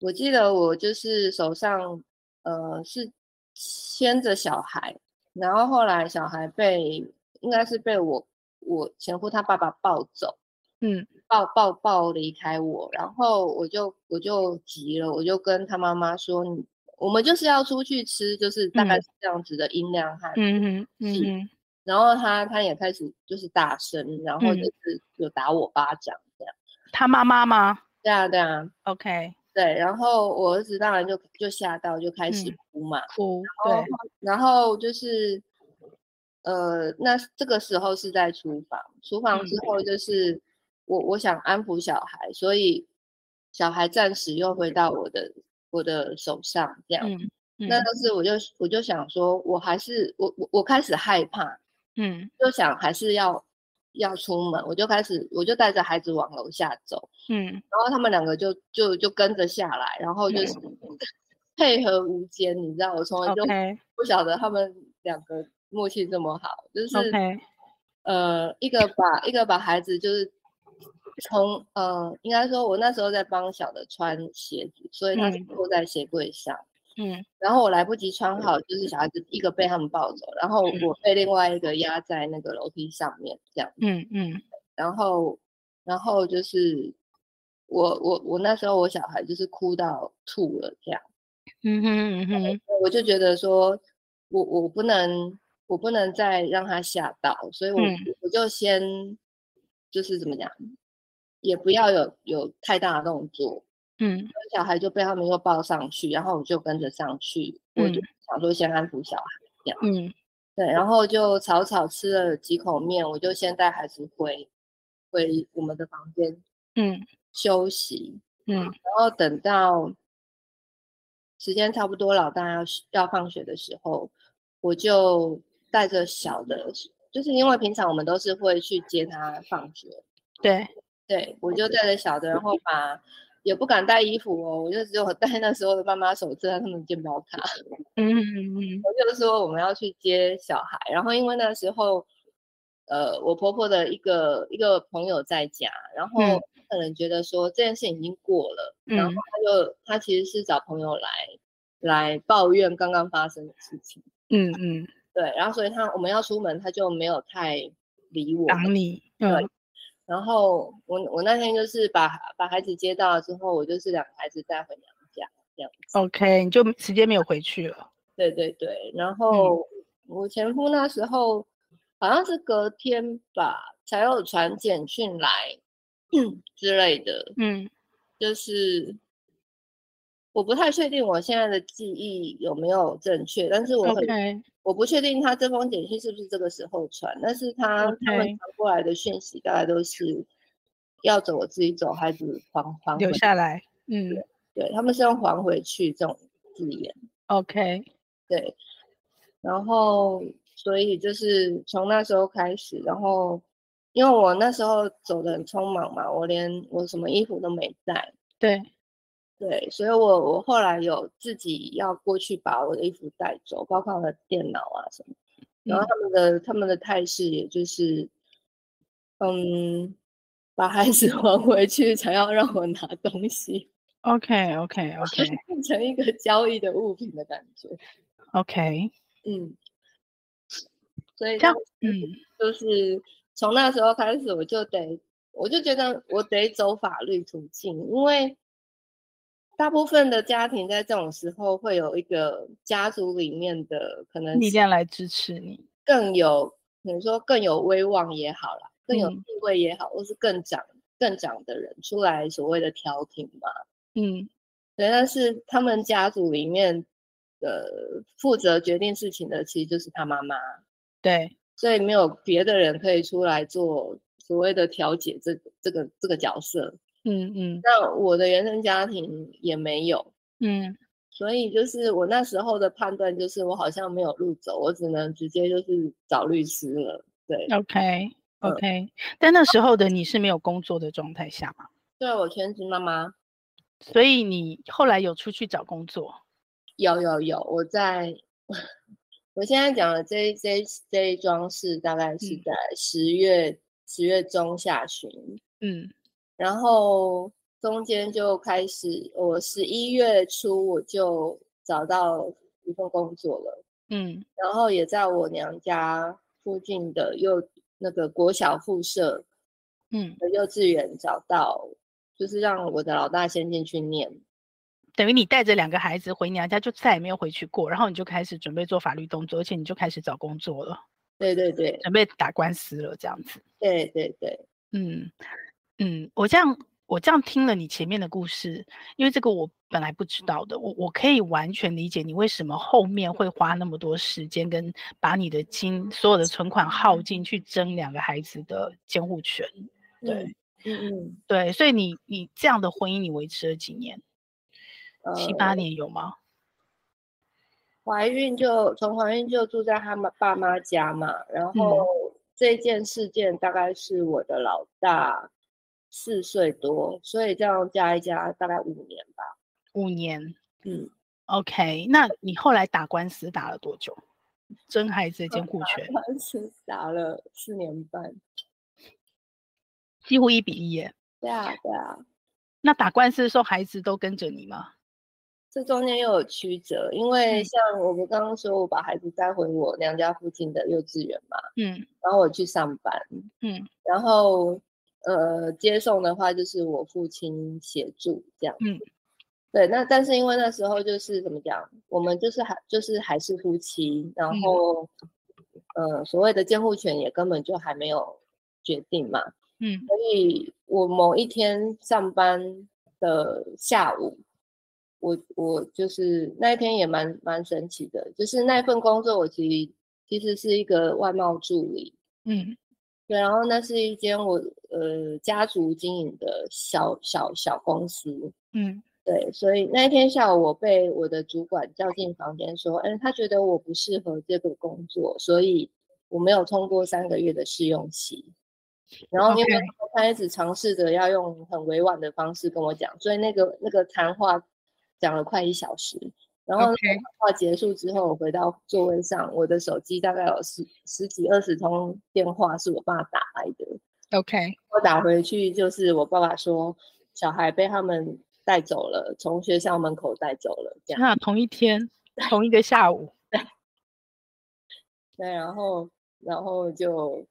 我记得我就是手上，呃，是牵着小孩，然后后来小孩被应该是被我我前夫他爸爸抱走。
嗯
抱抱抱离开我，然后我就我就急了，我就跟他妈妈说，你我们就是要出去吃，就是大概
嗯
是这样子的音量和，
嗯嗯嗯
是
嗯
然后他他也开始就是大声，然后就
嗯
是有打我巴掌这样，
他妈妈吗
对啊对啊
？OK，
对，然后我儿子当然就就吓到，就开始
嗯
哭嘛，
哭，
然
对
后，然后就是，呃，那这个时候是在厨房，厨房之
嗯
后就是、我我想安抚小孩，所以小孩暂时又回到我的我的手上这样。
嗯
那
嗯
但是我就我就想说，我还是我我我开始害怕，
嗯
就想还是要要出门，我就开始我就带着孩子往楼下走，
嗯
然后他们两个就就就跟着下来，然后就是
嗯
配合无间，你知道，我从来就
，OK
不晓得他们两个默契这么好，就是
OK，
呃，一个把一个把孩子就是从呃，应该说我那时候在帮小的穿鞋子，所以他是
嗯
坐在鞋柜上，
嗯
然后我来不及穿好，就是小孩子一个被他们抱走，然后
嗯
我被另外一个压在那个楼梯上面这样，
嗯嗯
然后然后就是我我我那时候我小孩就是哭到吐了这样。
嗯哼嗯哼，
我就觉得说，我我不能，我不能再让他吓到，所以我、
嗯
我就先就是怎么讲，也不要有有太大的动作。
嗯
小孩就被他们又抱上去，然后我就跟着上去，我就
嗯
想说先安抚小孩，
嗯
对，然后就草草吃了几口面，我就先带孩子回回我们的房间
嗯
休息，
嗯
然后等到时间差不多，老大要去要放学的时候，我就带着小的，就是因为平常我们都是会去接他放学，
对，
对我就带着小的，然后把也不敢带衣服哦，我就只有带那时候的妈妈手册和他们健保卡，
嗯嗯
我就说我们要去接小孩，然后因为那时候。呃，我婆婆的一个一个朋友在家，然后
嗯
可能觉得说这件事已经过了，然后
嗯
他就他其实是找朋友来来抱怨刚刚发生的事情，
嗯嗯，
对，然后所以他我们要出门，他就没有太理我们。
挡你，嗯
然后我我那天就是把把孩子接到了之后，我就是两个孩子带回娘家这样子。
，OK，你就直接没有回去了，
对对对，
嗯
然后我前夫那时候好像是隔 天吧，才有传简讯来之类的，
嗯
就是我不太确定我现在的记忆有没有正确，但是我很
OK，
我不确定他这封简讯是不是这个时候传，但是他他们
OK
传过来的讯息大概都是要走我自己走，还是还还
留
回
下来。嗯
对，他们是用还回去这种字眼，
，OK，
对。然后，所以就是从那时候开始，然后因为我那时候走的很匆忙嘛，我连我什么衣服都没带，
对，
对，所以我我后来有自己要过去把我的衣服带走，包括我的电脑啊什么。然后
嗯
他们的、他们的态势，也就是，嗯，把孩子 还回去才要让我拿东西，
，OK OK OK
变成一个交易的物品的感觉。
OK，
嗯，所以
这样
当时
嗯
就是从那时候开始，我就得，我就觉得我得走法律途径，因为大部分的家庭在这种时候会有一个家族里面的可能
力
嗯是
量来支持你。
更有，可能说更有威望也好啦，更有
嗯
地位也好，或是更长更长的人出来所谓的调停嘛。
嗯
对，但是他们家族里面，呃，负责决定事情的其实就是他妈妈。
对，
所以没有别的人可以出来做所谓的调解这个这个这个角色。
嗯嗯
那我的原生家庭也没有，
嗯
所以就是我那时候的判断就是我好像没有路走，我只能直接就是找律师了。对，
，OK
嗯
OK，但那时候的你是没有工作的状态下嘛，
对我全职妈妈
所以你后来有出去找工作。
有有有，我在我现在讲的这一这一这一桩事大概是
嗯
在十月十、月中下旬，
嗯
然后中间就开始，我十一月初我就找到一份工作了，
嗯
然后也在我娘家附近的幼那个国小附设
嗯，
的幼稚园找到，就是让我的老大先进去念。
等于你带着两个孩子回娘家，就再也没有回去过，然后你就开始准备做法律动作，而且你就开始找工作了，
对对对
准备打官司了，这样子。
对对对，
嗯嗯，我这样我这样听了你前面的故事，因为这个我本来不知道的，我我可以完全理解你为什么后面会花那么多时间跟把你的金所有的存款
嗯
耗尽去争两个孩子的监护权。对、
嗯，
对，所以你你这样的婚姻你维持了几年？
嗯嗯，
七
呃
八年有吗？
怀孕就从怀孕就住在他们爸妈家嘛，然后这件事件大概是我的老大四岁多，所以这样加一加大概五年吧。
五年。
嗯，
OK，那你后来打官司打了多久？争孩子的监护权
当时打了四年半。
几乎一比一耶。
对啊，对啊，
那打官司的时候，孩子都跟着你吗？
这中间又有曲折，因为
嗯
像我们刚刚说，我把孩子带回我娘家附近的幼稚园嘛，
嗯
然后我去上班，
嗯
然后呃接送的话就是我父亲协助这样。
嗯，
对，那但是因为那时候就是怎么讲，我们就是还就是还是夫妻，然
嗯
后、呃所谓的监护权也根本就还没有决定嘛，
嗯
所以我某一天上班的下午。我我就是那一天也蛮蛮神奇的，就是那份工作我其实其实是一个外贸助理，
嗯
对，然后那是一间我呃家族经营的小小小公司，
嗯
对，所以那一天下午我被我的主管叫进房间说，嗯，他觉得我不适合这个工作，所以我没有通过三个月的试用期。然后因为
OK
他一直尝试着要用很委婉的方式跟我讲，所以那个那个谈话讲了快一小时。然后那个
，OK，
谈话结束之后，我回到座位上，我的手机大概有十十几二十通电话是我爸打来的。
OK，
我打回去就是我爸爸说，小孩被他们带走了，从学校门口带走了，这样。
那同一天，同一个下午，
对，然后然后就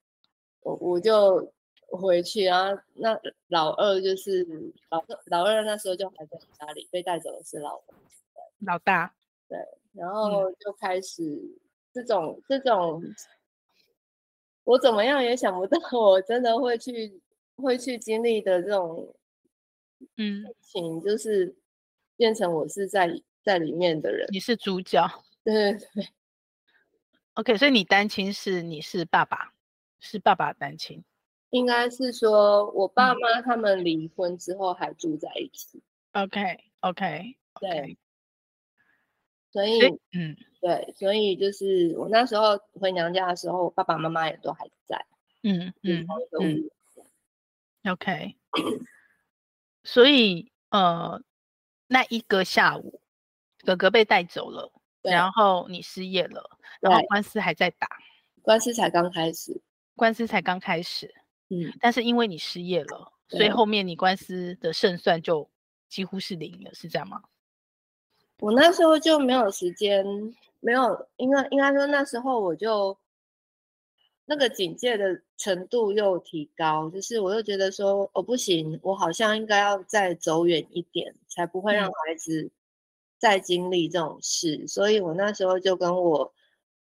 我我就回去，然后那老二就是老二老二那时候就还在家里，被带走的是老二，
老大，
然后就开始这种这种，我怎么样也想不到，我真的会去会去经历的这种
嗯，
情，就是变成我是在里在里面的人。
你是主角。
对对对，
OK，所以你单亲是你是爸爸，是爸爸单亲。
应该是说我爸妈他们离婚之后还住在一起，
OK OK
对
OK，
所以
所以嗯
对，所以就是我那时候回娘家的时候，爸爸妈妈也都还在，
嗯
就是
嗯
同一个屋
嗯
檐下
OK，所以呃那一个下午，哥哥被带走了，
对
然后你失业了，然后
对
官司还在打，
官司才刚开始，
官司才刚开始，
嗯，
但是因为你失业了，所以
对
后面你官司的胜算就几乎是零了，是这样吗？
我那时候就没有时间，没有，应该应该说那时候我就那个警戒的程度又提高，就是我又觉得说，哦不行，我好像应该要再走远一点，才不会让
嗯
孩子再经历这种事。所以我那时候就跟我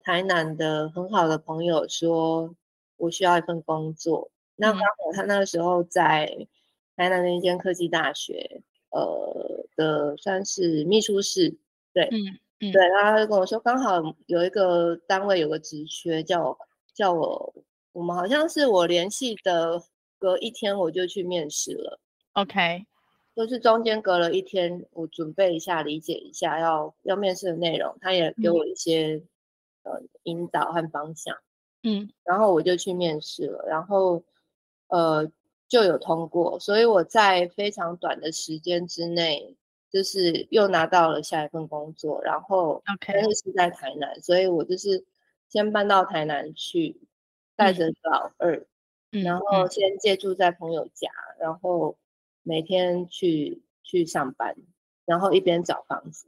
台南的很好的朋友说，我需要一份工作。那刚
嗯
好他那个时候在台南的一间科技大学，呃的算是秘书室，
嗯嗯
对，然后他就跟我说，刚好有一个单位有个职缺，叫我叫我，我们好像是我联系的，隔一天我就去面试了，
，OK
就是中间隔了一天，我准备一下，理解一下要要面试的内容，他也给
嗯
我一些、呃引导和方向，
嗯
然后我就去面试了，然后呃就有通过，所以我在非常短的时间之内，就是又拿到了下一份工作，然后
OK
但是是在台南，所以我就是先搬到台南去，带
嗯
着老二，
嗯，
然后
嗯
先借住在朋友家，然后每天去去上班，然后一边找房子。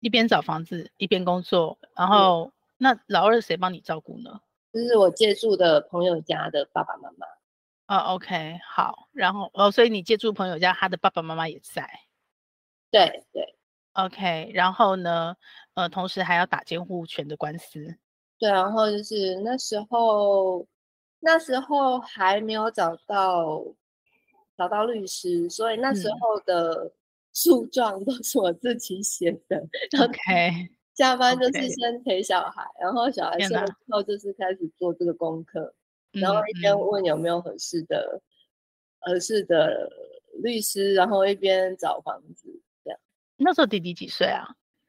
一边找房子一边工作，
嗯
然后那老二谁帮你照顾呢？
就是我借住的朋友家的爸爸妈妈，
啊，OK，好，然后哦，所以你借住朋友家，他的爸爸妈妈也在
对对，
，OK，然后呢，呃，同时还要打监护权的官司，
对，然后就是那时候，那时候还没有找到找到律师，所以那时
嗯
候的诉状都是我自己写的。然后
OK，
下班就是
OK
先陪小孩，然后小孩
天
睡了
哪
之后就是开始做这个功课， 然后
嗯
一边
嗯
问有没有合适的、合适的律师，然后一边找房子。这样，
那时候弟弟几岁啊？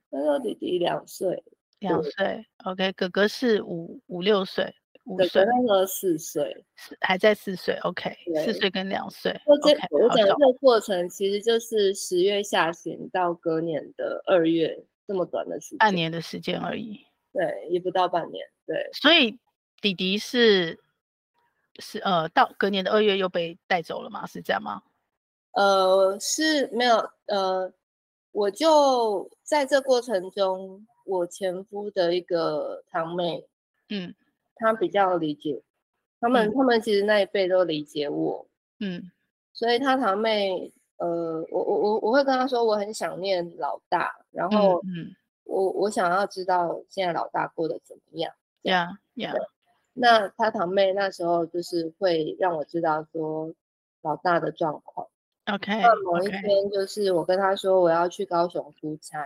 那时候弟弟两岁，
两
对
岁，OK，哥哥是五五六岁，五
哥
岁
哥那时候四岁。
四还在四岁，OK，四
对
岁跟两岁
我这
，OK，
我
好
讲
早
这个过程，其实就是十月下旬到隔年的二月这么短的时间，
半年的时间而已，
对，也不到半年，对
所以弟弟是是呃，到隔年的二月又被带走了吗？是这样吗？
呃，是没有，呃，我就在这过程中，我前夫的一个堂妹，
嗯
她比较理解，他们、
嗯
他们其实那一辈都理解我，
嗯
所以她堂妹，呃，我我我我会跟她说我很想念老大，然
嗯
后
嗯
我我想要知道现在老大过得怎么样。
，Yeah Yeah，
那他堂妹那时候就是会让我知道说老大的状况。
OK，
那某一
OK，
天就是我跟他说我要去高雄出差，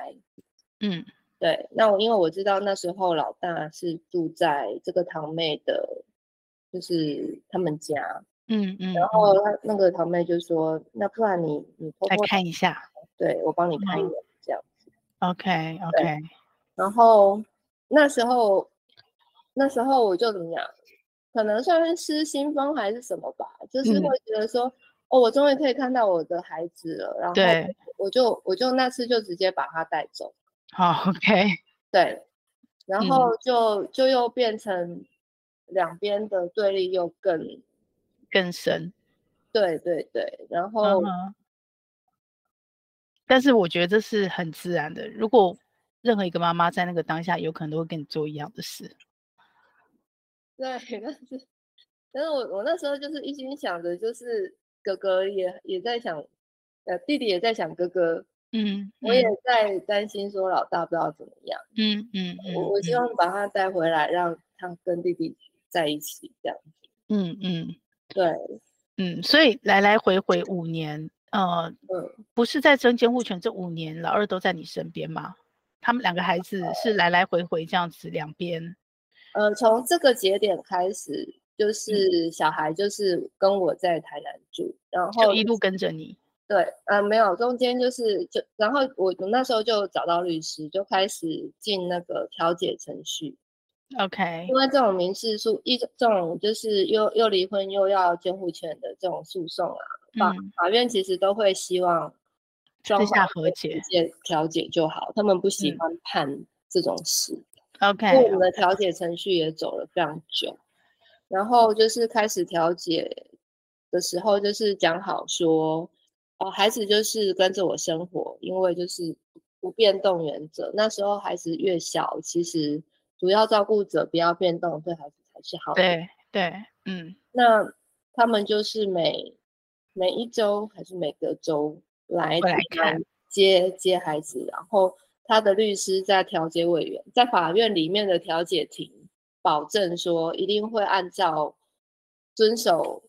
嗯
对，那我因为我知道那时候老大是住在这个堂妹的，就是他们家，
嗯嗯，
然后他那个堂妹就说，那不然你你偷
来
偷
看一下
对我帮你看
嗯
一眼这样。
，OK
对
OK，
然后那时候，那时候我就怎么讲，可能算是失心疯还是什么吧，就是
嗯
会觉得说，哦，我终于可以看到我的孩子了，然后
对，
我就我就那次就直接把他带走，
好 OK，
对，然
嗯
后就、就又变成两边的对立又更，
更深，
对对对，然后、
嗯哼。但是我觉得这是很自然的，如果任何一个妈妈在那个当下，有可能都会跟你做一样的事。
对，但 是但是我我那时候就是一心想着就是哥哥也也在想，呃，弟弟也在想哥哥。
嗯，
我也在担心说老大不知道怎么样，
嗯嗯嗯，
我我希
嗯
望把他带回来，让他跟弟弟在一起这样。
嗯嗯
对
嗯，所以来来回回五年，呃，
嗯，
不是在争监护权这五年，老二都在你身边吗？他们两个孩子是来来回回这样子两边，
呃，从这个节点开始，
嗯
就是小孩就是跟我在台南住，然后
就一路跟着你。
对，呃，没有，中间就是就，然后我我那时候就找到律师，就开始进那个调解程序，
OK，
因为这种民事诉一这种就是又又离婚又要监护权的这种诉讼啊，法、
嗯，
法院其实都会希望双
私下
方
和
直
解。
接调解就好，他们不喜
嗯
欢判这种事。
OK，
因为我们的调解程序也走了非常久，然后就是开始调解的时候，就是讲好说，哦，孩子就是跟着我生活，因为就是不变动原则。那时候孩子越小，其实主要照顾者不要变动，对孩子才是好的。
对对，嗯，
那他们就是每每一周还是每个周来
会来
台
看
南接接孩子，然后他的律师在调解委员在法院里面的调解庭保证说一定会按照遵守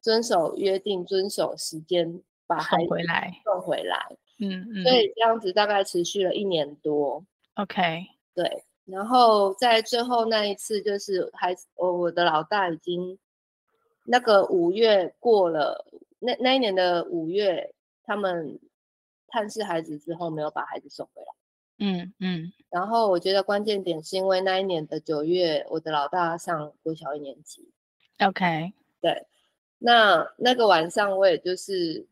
遵守约定、遵守时间把孩
送
子
回来，
送回来，
嗯嗯，
所以这样子大概持续了一年多。
OK，
对，然后在最后那一次，就是还是我我的老大已经那个五月过了，那那一年的五月，他们探视孩子之后没有把孩子送回来。
嗯嗯
然后我觉得关键点是因为那一年的九月，我的老大上国小一年级，
，OK，
对，那那个晚上我也就是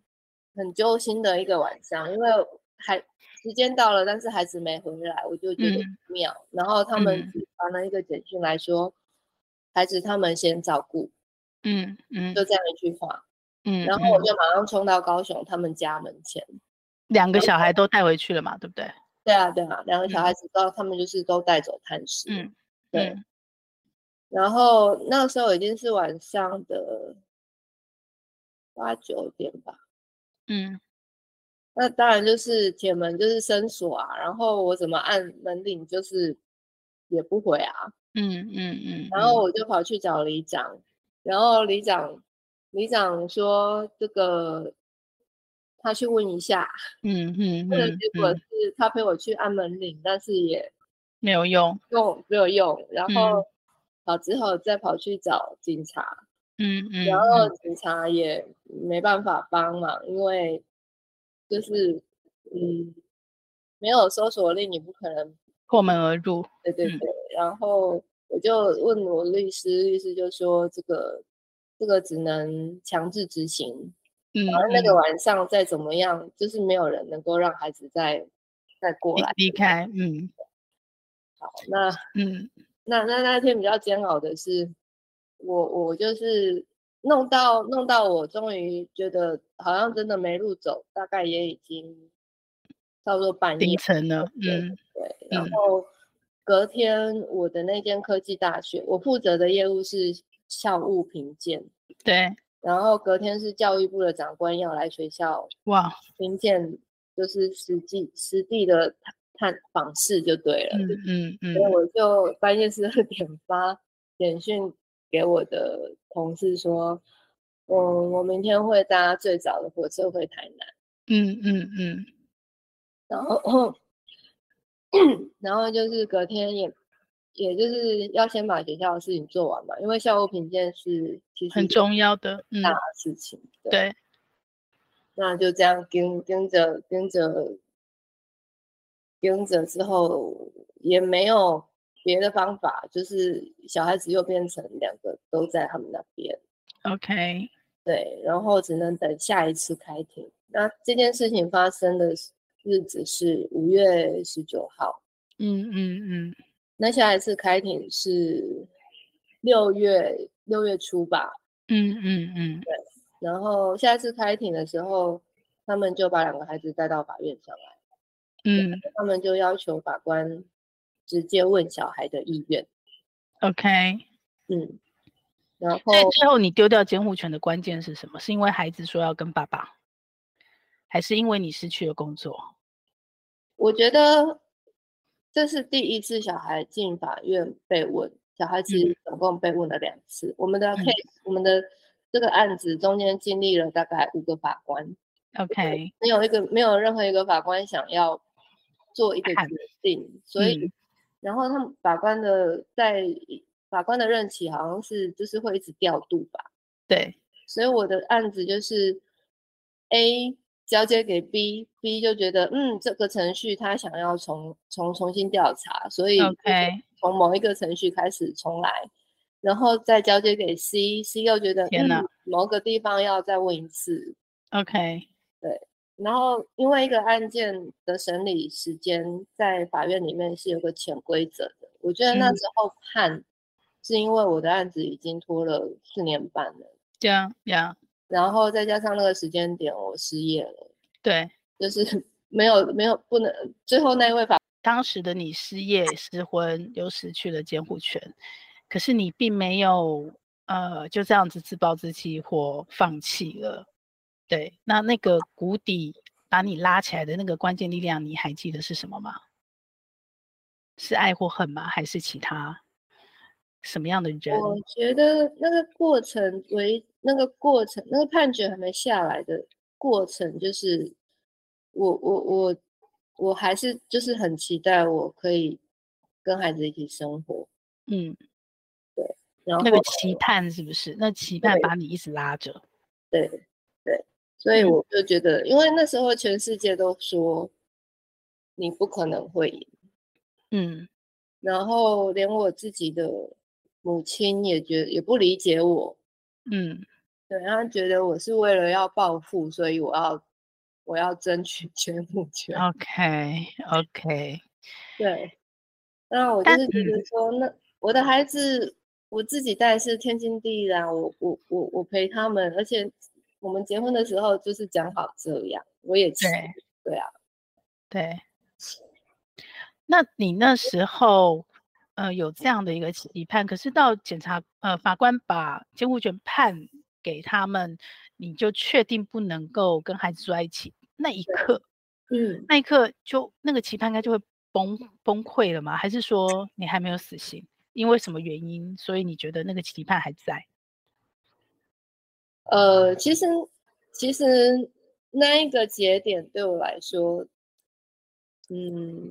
很揪心的一个晚上，因为还时间到了，但是孩子没回来，我就觉得
嗯
不妙。然后他们
嗯
只传了一个简讯来说，孩子他们先照顾，
嗯嗯
就这样一句话。
嗯，
然后我
嗯
就马上冲到高雄他们家门前。
两个小孩都带回去了嘛，对不对？
对啊，对啊，两个小
嗯
孩子都他们就是都带走探视。
嗯，
对
嗯
然后那时候已经是晚上的八九点吧。
嗯
那当然就是铁门就是深锁啊，然后我怎么按门铃就是也不回啊，
嗯嗯嗯，
然后我就跑去找里长，然后里长里长说这个他去问一下，
嗯嗯嗯
问的
嗯
结果
嗯
是他陪我去按门铃，但是也
没有用，
用没有用，然
嗯
后好之后再跑去找警察，
嗯嗯，
然后
嗯
警察也没办法帮忙，因为就是嗯，没有搜索令，你不可能，
破门而入，
对对
嗯
对。然后我就问我律师，律师就说这个这个只能强制执行，
嗯，
反正那个
嗯
晚上再怎么样，就是没有人能够让孩子再再过
离
来。
离开，嗯
好，那
嗯
那那那天比较煎熬的是，我我就是弄到弄到我终于觉得好像真的没路走，大概也已经差不多半夜
凌晨了，
对
嗯
对，然
嗯
后隔天我的那间科技大学，我负责的业务是校务评鉴，
对，
然后隔天是教育部的长官要来学校
哇，
评鉴，就是实际实地的探探访视就对了，
嗯嗯嗯
所以我就半夜十二点发简讯给我的同事说，嗯，我明天会搭最早的火车回台南，
嗯嗯嗯，
然后然后就是隔天也也就是要先把学校的事情做完嘛，因为校务评鉴是其实
很重要的，嗯
大的事情，对
对，
那就这样跟跟着跟着跟着之后，也没有别的方法，就是小孩子又变成两个都在他们那边，
OK，
对，然后只能等下一次开庭。那这件事情发生的是日子是五月十九号，
嗯嗯嗯
那下一次开庭是六月六月初吧，
嗯嗯嗯，
然后下一次开庭的时候，他们就把两个孩子带到法院上来。
嗯
他们就要求法官直接问小孩的意愿，
，OK。
嗯，然后
所以最后你丢掉监护权的关键是什么？是因为孩子说要跟爸爸，还是因为你失去了工作？
我觉得这是第一次小孩进法院被问，小孩子
嗯
总共被问了两次。我们的
嗯
case，、我们的这个案子中间经历了大概五个法官，
OK，
没有一个没有任何一个法官想要做一个
看
决定，所
嗯
以、然后他们法官的在法官的任期好像是就是会一直调度吧，
对，
所以我的案子就是 A 交接给 B，B 就觉得嗯这个程序他想要重重重新调查，所以就是
OK
从某一个程序开始重来，然后再交接给 C，C 又觉得
天哪
嗯某个地方要再问一次，
OK，
然后因为一个案件的审理时间在法院里面是有个潜规则的，我觉得那
嗯
时候判是因为我的案子已经拖了四年半了。
这样这样，
然后再加上那个时间点，我失业了，
对，
就是 没有没有不能，最后那一位法
当时的你失业、失婚，又失去了监护权，可是你并没有呃就这样子自暴自弃或放弃了。对，那那个谷底把你拉起来的那个关键力量，你还记得是什么吗？是爱或恨吗？还是其他什么样的人？
我觉得那个过程为那个过程，那个判决还没下来的过程，就是我我我我还是就是很期待我可以跟孩子一起生活，
嗯，
然后
那个期盼是不是？那期盼
对
把你一直拉着。
对对，所以
嗯
我就觉得，因为那时候全世界都说你不可能会赢。
嗯
然后连我自己的母亲也觉也不理解我，
嗯
对，她觉得我是为了要报复，所以我要我要争取 监护权，
啊，OK OK，
对。那我就
但嗯
是觉得说，那我的孩子我自己带是天经地义的啊，我我我我陪他们，而且我们结婚的时候就是讲好这样，我也期
对
对啊，
对，那你那时候，呃，有这样的一个期盼，可是到检察呃法官把监护权判给他们，你就确定不能够跟孩子住在一起那一刻，
嗯，
那一刻就那个期盼应该就会崩崩溃了吗？还是说你还没有死心？因为什么原因，所以你觉得那个期盼还在？
呃，其实其实那一个节点对我来说，嗯，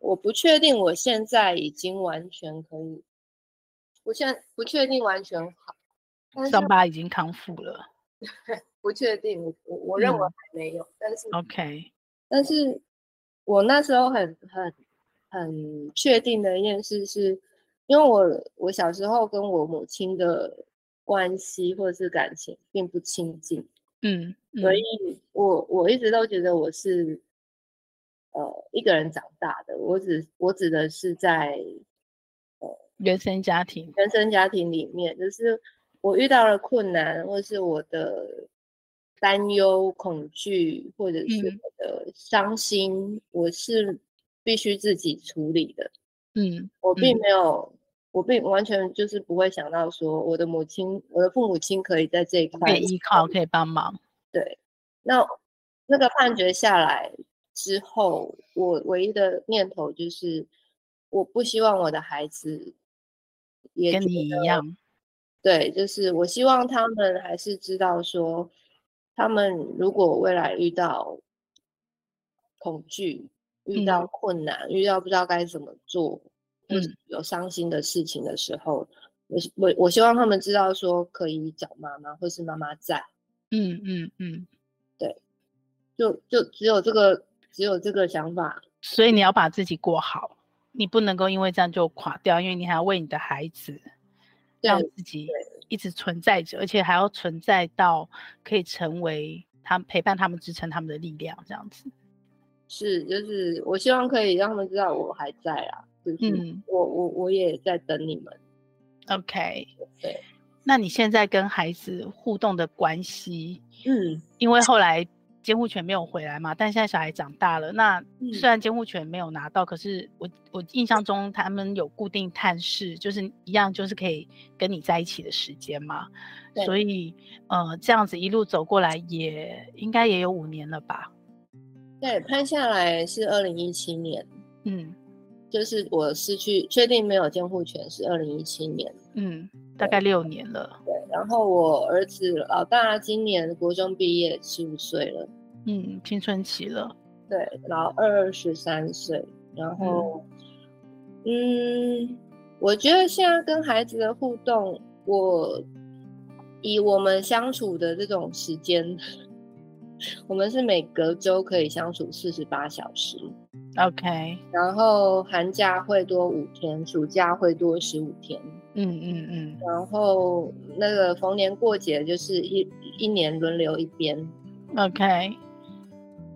我不确定我现在已经完全可以，不现不确定完全好，但是
伤疤已经康复了
不确定，我我认为
嗯
还没有，但是
，OK，
但是我那时候很很很确定的一件事是，因为我我小时候跟我母亲的关系或者是感情并不亲近。
嗯，
所
嗯
以我我一直都觉得我是呃一个人长大的，我只我指的是在
原生家庭，
原生家庭里面，就是我遇到了困难，或是我的担忧、恐惧，或者是
嗯
我的伤心，我是必须自己处理的。
嗯
我并
嗯
没有，我并完全就是不会想到说我的母亲，我的父母亲可以在这一
可
块
以依靠，可以帮忙，
对，那那个判决下来之后，我唯一的念头就是，我不希望我的孩子也
跟
觉
你一
得
样，
对，就是我希望他们还是知道说，他们如果未来遇到恐惧、遇
嗯
到困难、遇到不知道该怎么做，或是
嗯
有伤心的事情的时候，我希我我希望他们知道说可以找妈妈，或是妈妈在。
嗯嗯嗯，
就就只有这个只有这个想法，
所以你要把自己过好，你不能够因为这样就垮掉，因为你还要为你的孩子，让
对
自己一直存在着，而且还要存在到可以成为他陪伴他们、支撑他们的力量，这样子。
是就是我希望可以让他们知道我还在啦，就是、
嗯
我我我也在等你们，
，OK。
对，
那你现在跟孩子互动的关系，
嗯
因为后来监护权没有回来嘛，但现在小孩长大了，那
嗯
虽然监护权没有拿到，可是我我印象中他们有固定探视，就是一样就是可以跟你在一起的时间嘛，
对
所以呃这样子一路走过来也应该也有五年了吧，
对，判下来是二零一七年，
嗯
就是我失去确定没有监护权是二零一七年，
嗯，大概六年了
对，然后我儿子老大今年国中毕业十五岁了，
嗯，青春期了，
对，老二十三岁，然后，嗯，我觉得现在跟孩子的互动，我以我们相处的这种时间， 我们是每隔周可以相处四十八小时，
，OK，
然后寒假会多五天，暑假会多十五天，
嗯嗯嗯，
然后那个逢年过节就是一一年轮流一边，
OK，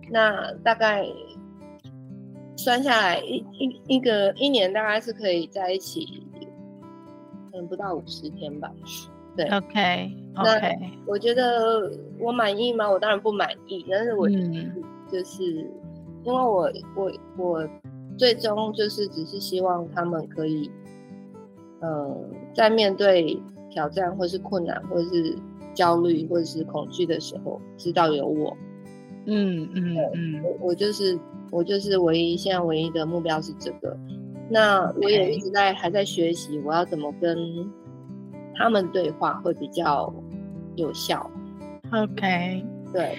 那大概算下来一一一个一年大概是可以在一起，嗯，不到五十天吧。
OK OK，
我觉得我满意吗？我当然不满意，但是我
嗯
就是、因为我我我最终就是只是希望他们可以，呃，在面对挑战或是困难或是焦虑或者是恐惧的时候，知道有我，
嗯嗯嗯
我我就是我就是唯一现在唯一的目标是这个。那我也一直在还在学习，我要怎么跟他们对话会比较有效。
，OK，
对，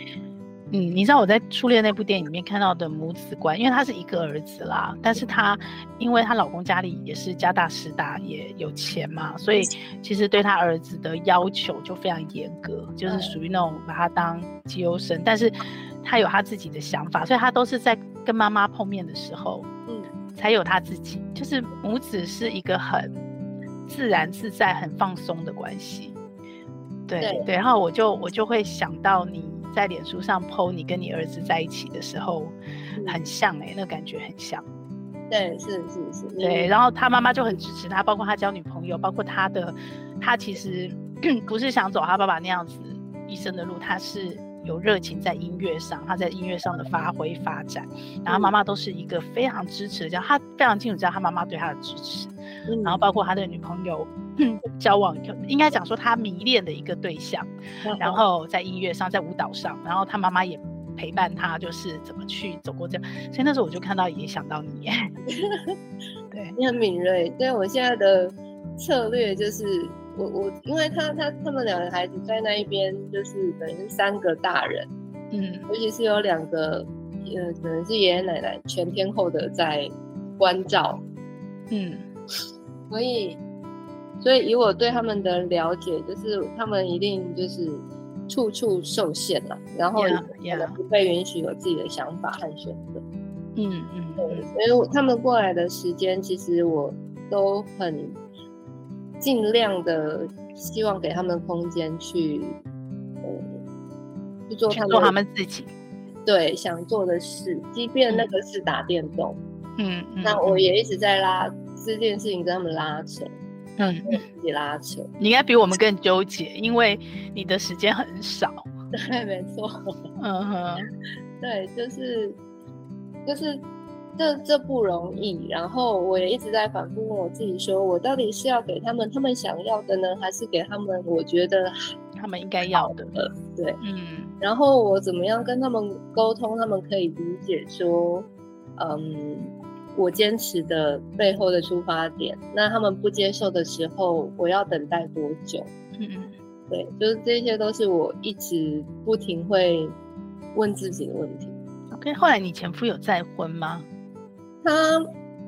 嗯，你知道我在《初恋》那部电影里面看到的母子关，因为她是一个儿子啦，但是她因为她老公家里也是家大势大，也有钱嘛，所以其实对她儿子的要求就非常严格，就是
嗯
属于那种把他当绩优生，但是她有她自己的想法，所以她都是在跟妈妈碰面的时候
嗯，
才有她自己，就是母子是一个很自然自在、很放松的关系。对
对
然后我就我就会想到你在脸书上 PO 你跟你儿子在一起的时候，很像哎、那感觉很像。
对，是是是，你
对，，然后他妈妈就很支持他，包括他交女朋友，包括他的，他其实 不是想走他爸爸那样子医生的路，他是有热情在音乐上，他在音乐上的发挥发展，然后妈妈都是一个非常支持的，这样他非常清楚知道他妈妈对他的支持，
嗯
然后包括他的女朋友 交往，应该讲说他迷恋的一个对象。
嗯
然后在音乐上，在舞蹈上，然后他妈妈也陪伴他，就是怎么去走过这样。所以那时候我就看到，也想到你耶。 对，
你很敏锐，所以我现在的策略就是。我我，因为他他他们两个孩子在那一边，就是等于是三个大人，
嗯
尤其是有两个，呃，可能是爷爷奶奶全天候的在关照，
嗯
所以，所以以我对他们的了解，就是他们一定就是处处受限了，然后
Yeah,
也可能
yeah.
不被允许有自己的想法和选择。
嗯嗯
对，
嗯
所以我他们过来的时间，其实我都很尽量的希望给他们空间去，呃，去做
去
他们
做他们自己。
对想做的事，即便那个是打电动，
嗯嗯，
那我也一直在拉这件事情跟他们拉扯，
嗯，嗯
自己拉扯。
你应该比我们更纠结，因为你的时间很少。
对，没错，
嗯哼，
对，就是就是这这不容易。然后我也一直在反复问我自己说，我到底是要给他们他们想要的呢，还是给他们我觉得
他们应该要的。
对？
嗯
然后我怎么样跟他们沟通，他们可以理解说，嗯，我坚持的背后的出发点。那他们不接受的时候，我要等待多久？
嗯
对，就是这些都是我一直不停会问自己的问题。
嗯。OK，后来你前夫有再婚吗？
他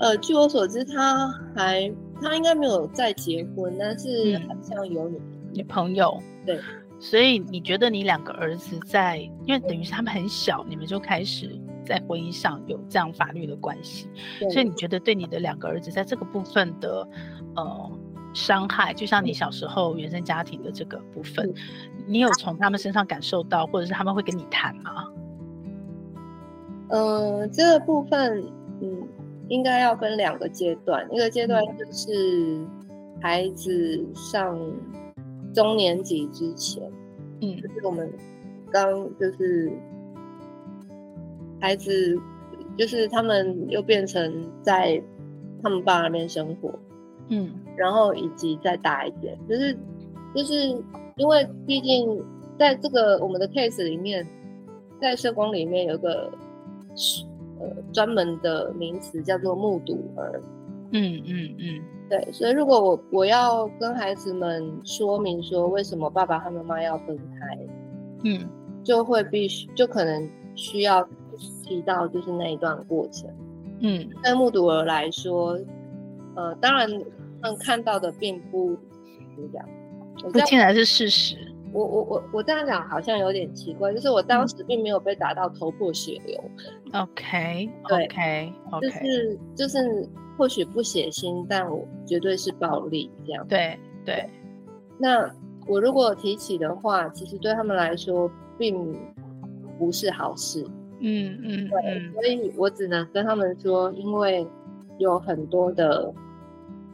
呃，据我所知，他还他应该没有再结婚，但是
嗯
好像有女、
你朋友。
对。
所以你觉得你两个儿子在，因为等于是他们很小，你们就开始在婚姻上有这样法律的关系，
对
所以你觉得对你的两个儿子在这个部分的，呃，伤害，就像你小时候原生家庭的这个部分
嗯，
你有从他们身上感受到，或者是他们会跟你谈吗？
呃这个部分嗯，应该要分两个阶段，一个阶段
嗯
就是孩子上中年级之前，
嗯
就是我们刚就是孩子，就是他们又变成在他们爸那边生活，
嗯
然后以及再大一点，就是就是因为毕竟在这个我们的 case 里面，在社工里面有个呃专门的名词叫做目睹儿，
嗯嗯嗯
对，所以如果我我要跟孩子们说明说为什么爸爸和妈妈要分开，
嗯
就会必须就可能需要提到就是那一段过程。
嗯
对目睹者来说，呃，当然他们看到的并不怎么讲，我
不
这样
竟然是事实。
我我我我这样讲好像有点奇怪，就是我
嗯
当时并没有被打到头破血流，
OK
对
OK
就
OK，
是就是或许不血腥，但我绝对是暴力这样。
对对，
那我如果提起的话，其实对他们来说并不是好事，
嗯嗯嗯
所以我只能跟他们说，因为有很多的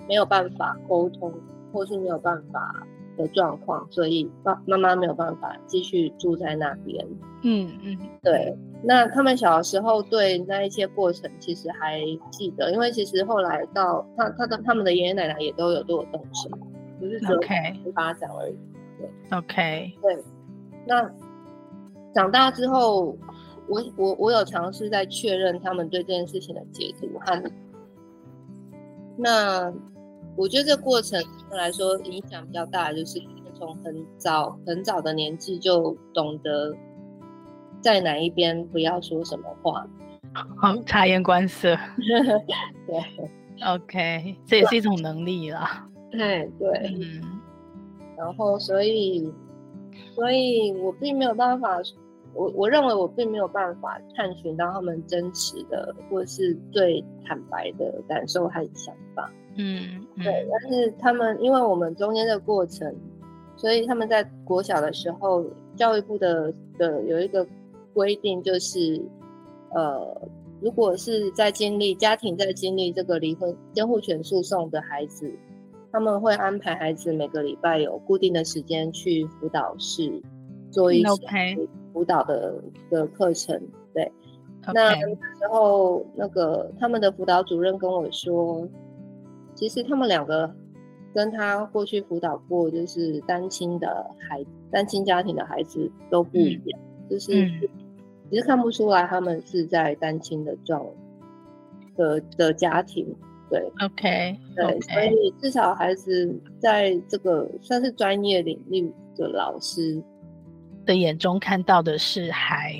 没有办法沟通，或是没有办法的状况，所以爸妈妈没有办法继续住在那边。
嗯嗯，
对，那他们小的时候对那一些过程其实还记得，因为其实后来到他他的他们的爷爷奶奶也都有对我动手，不是只有
OK
发展而已。
OK，
对，那长大之后，我我我有尝试在确认他们对这件事情的解读和，那我觉得这过程来说影响比较大，的就是从很早很早的年纪就懂得在哪一边不要说什么话，嗯
好，察言观色。
对
OK，这也是一种能力啦。
对对，
嗯
然后所以，所以我并没有办法，我我认为我并没有办法探寻到他们真实的或是最坦白的感受和想法。
嗯嗯，
对，但是他们因为我们中间的过程，所以他们在国小的时候，教育部的的有一个规定，就是呃，如果是在经历家庭在经历这个离婚监护权诉讼的孩子，他们会安排孩子每个礼拜有固定的时间去辅导室做一
嗯
些
，OK
辅导的的课程，对。那
OK，
那时候那个他们的辅导主任跟我说，其实他们两个跟他过去辅导过，就是单亲的孩单亲家庭的孩子都不一样，就是、
嗯
其实看不出来他们是在单亲的状的的家庭，对，
OK
对，所
OK，
以至少孩子在这个算是专业领域的老师，
的眼中看到的是还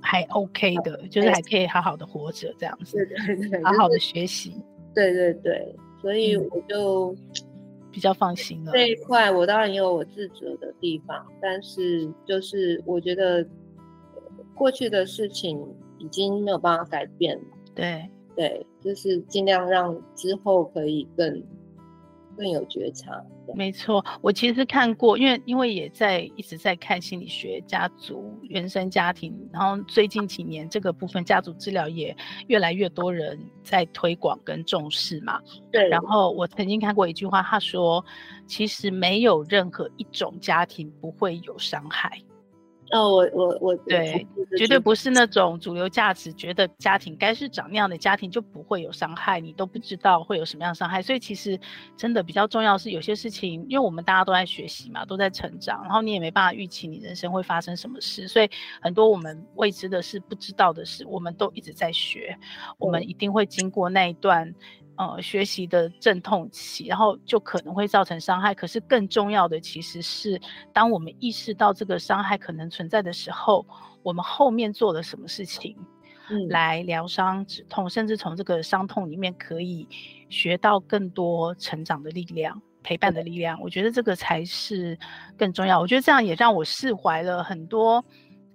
还 OK 的，就是还可以好好的活着这样
对
子，
对对，
好好
就
的
是
学习，
对对对，所以
嗯
我就。
比较放心了。
这一块我当然也有我自责的地方，但是就是我觉得呃过去的事情已经没有办法改变，
对，
对，就是尽量让之后可以更更有觉察。对
没错，我其实看过，因为因为也在一直在看心理学、家族、原生家庭，然后最近几年这个部分家族治疗也越来越多人在推广跟重视嘛。
对，
然后我曾经看过一句话，他说：“其实没有任何一种家庭不会有伤害，
哦，我我我
对，绝对不是那种主流价值觉得家庭该是长那样的家庭就不会有伤害，你都不知道会有什么样的伤害。所以其实真的比较重要是有些事情，因为我们大家都在学习嘛，都在成长，然后你也没办法预期你人生会发生什么事，所以很多我们未知的事、不知道的事，我们都一直在学，我们一定会经过那一段。呃，学习的阵痛期，然后就可能会造成伤害。可是更重要的其实是，当我们意识到这个伤害可能存在的时候，我们后面做了什么事情
嗯
来疗伤止痛，甚至从这个伤痛里面可以学到更多成长的力量、陪伴的力量。我觉得这个才是更重要。我觉得这样也让我释怀了很多。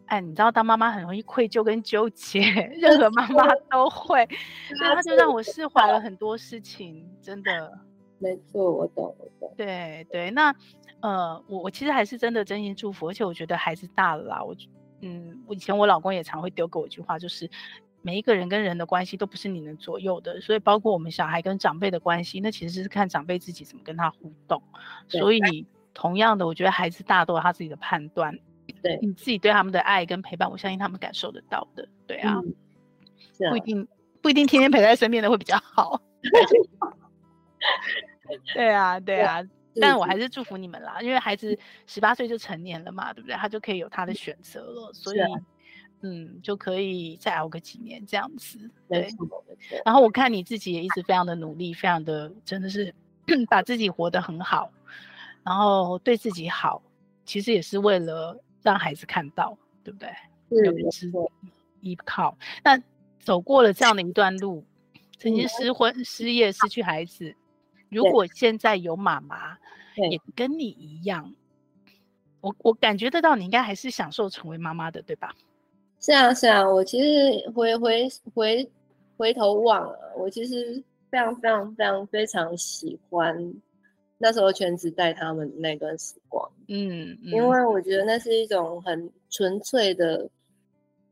哎，你知道当妈妈很容易愧疚跟纠结， 任何妈妈都会，所以
啊
他就
这
让
个
我释怀了很多事情，真的。
没错，我懂我懂，
对对，那呃，我我其实还是真的真心祝福，而且我觉得孩子大了啦，我觉嗯，我以前我老公也常会丢给我一句话，就是每一个人跟人的关系都不是你能左右的，所以包括我们小孩跟长辈的关系，那其实是看长辈自己怎么跟他互动。
对
所以你同样的，我觉得孩子大都有他自己的判断，
对，
你自己对他们的爱跟陪伴，我相信他们感受得到的。对啊，
嗯，是啊
不一，定不一定天天陪在身边的会比较 好。对啊，对
对
啊，但我
是
还是祝福你们啦，因为孩子十八岁就成年了嘛，对不对？他就可以有他的选择了，所以
嗯是啊
嗯，就可以再熬个几年这样子。
没
对
错没错，
然后我看你自己也一直非常的努力，非常的真的是 把自己活得很好，然后对自己好，其实也是为了让孩子看到，对不对？
是
有
没
知
错。
依靠。那走过了这样的一段路，曾经
嗯
失婚、失业、失去孩子，如
对
果现在有妈妈，
对
也跟你一样，我我感觉得到你应该还是享受成为妈妈的，对吧？
是啊，是啊，我其实回回回回头望啊，我其实非常非常非常非常喜欢那时候全职带他们的那段时光，
嗯，
因
嗯
为我觉得那是一种很纯粹的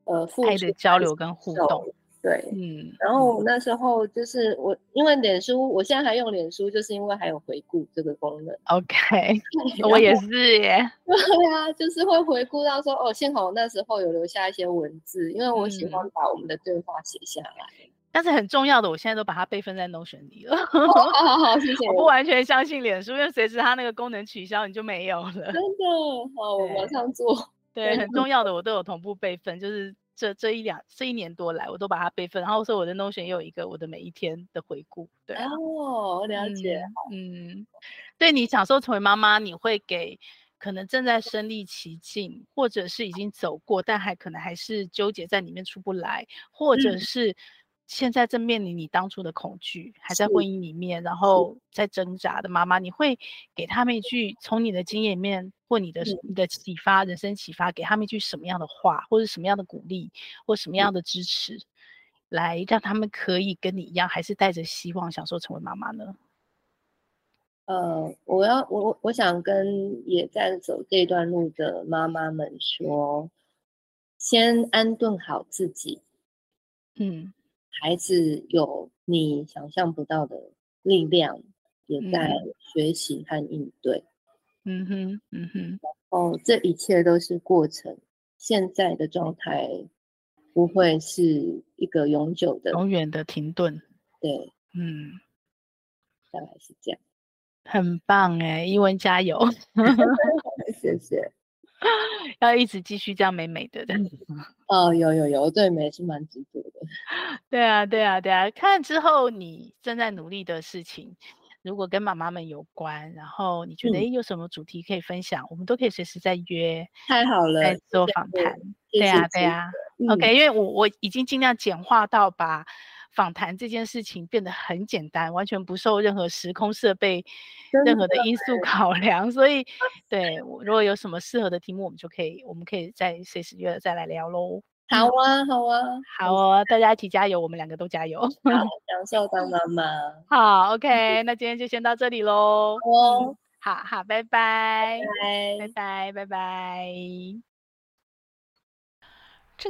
呃付
爱
出
的交
和
流
享
跟互
受
动，，
对，
嗯，
然后我那时候就是我，因为脸书，我现在还用脸书，就是因为还有回顾这个功能。
嗯 OK，
然
哦我也
后
是耶，
对啊，就是会回顾到说，哦，幸好我那时候有留下一些文字，因为我
嗯
喜欢把我们的对话写下来。
但是很重要的，我现在都把它备份在 Notion 里了。
好好好，谢谢
我。不完全相信脸书，因为随时它那个功能取消，你就没有了。
真的，好，我马
对
上做。
对，
对
很重要的我都有同步备份，就是这这一两这一年多来，我都把它备份。然后所以我的 Notion 也有一个我的每一天的回顾。对啊，
哦，了解。
嗯。嗯，对你享受成为妈妈，你会给可能正在身历其境，或者是已经走过，但还可能还是纠结在里面出不来，或者
嗯
是。现在正面临你当初的恐惧，还在
是
婚姻里面，然后在挣扎的妈妈，你会给他们一句从你的经验里面或你的、
嗯
你的启发、人生启发，给他们一句什么样的话，或者什么样的鼓励，或
嗯
什么样的支持，来让他们可以跟你一样，还是带着希望享受成为妈妈呢？
呃，
嗯
我要我我我想跟也在走这段路的妈妈们说，先安顿好自己，
嗯
孩子有你想象不到的力量，也在学习和应对。
嗯哼嗯哼
哦，这一切都是过程，现在的状态不会是一个永久的，
永远的停顿，
对，
嗯，
大概是这样。
很棒哎，一文加油，
谢谢。
要一直继续这样美美的。
哦，有有有，我对美是蛮执着的。
对啊，对啊，对啊，看之后你正在努力的事情，如果跟妈妈们有关，然后你觉得
嗯
诶有什么主题可以分享，我们都可以随时再约，
太好了，
再
谢
做
谢
访
你
谈。
谢
对
谢
啊，对
记
啊。
嗯
OK，因为我我已经尽量简化到把访谈这件事情变得很简单，完全不受任何时空设备、任
真欸
何的因素考量，所以对我如果有什么适合的题目，我们就可以我们可以再随时约了再来聊喽。
好
嗯
啊，好啊，
好哦，大家一起加油，我们两个都加油。
享受当妈妈。
好，OK，那
嗯
今天就先到这里喽。
好哦，
好好，拜拜，
拜
拜拜，拜拜。这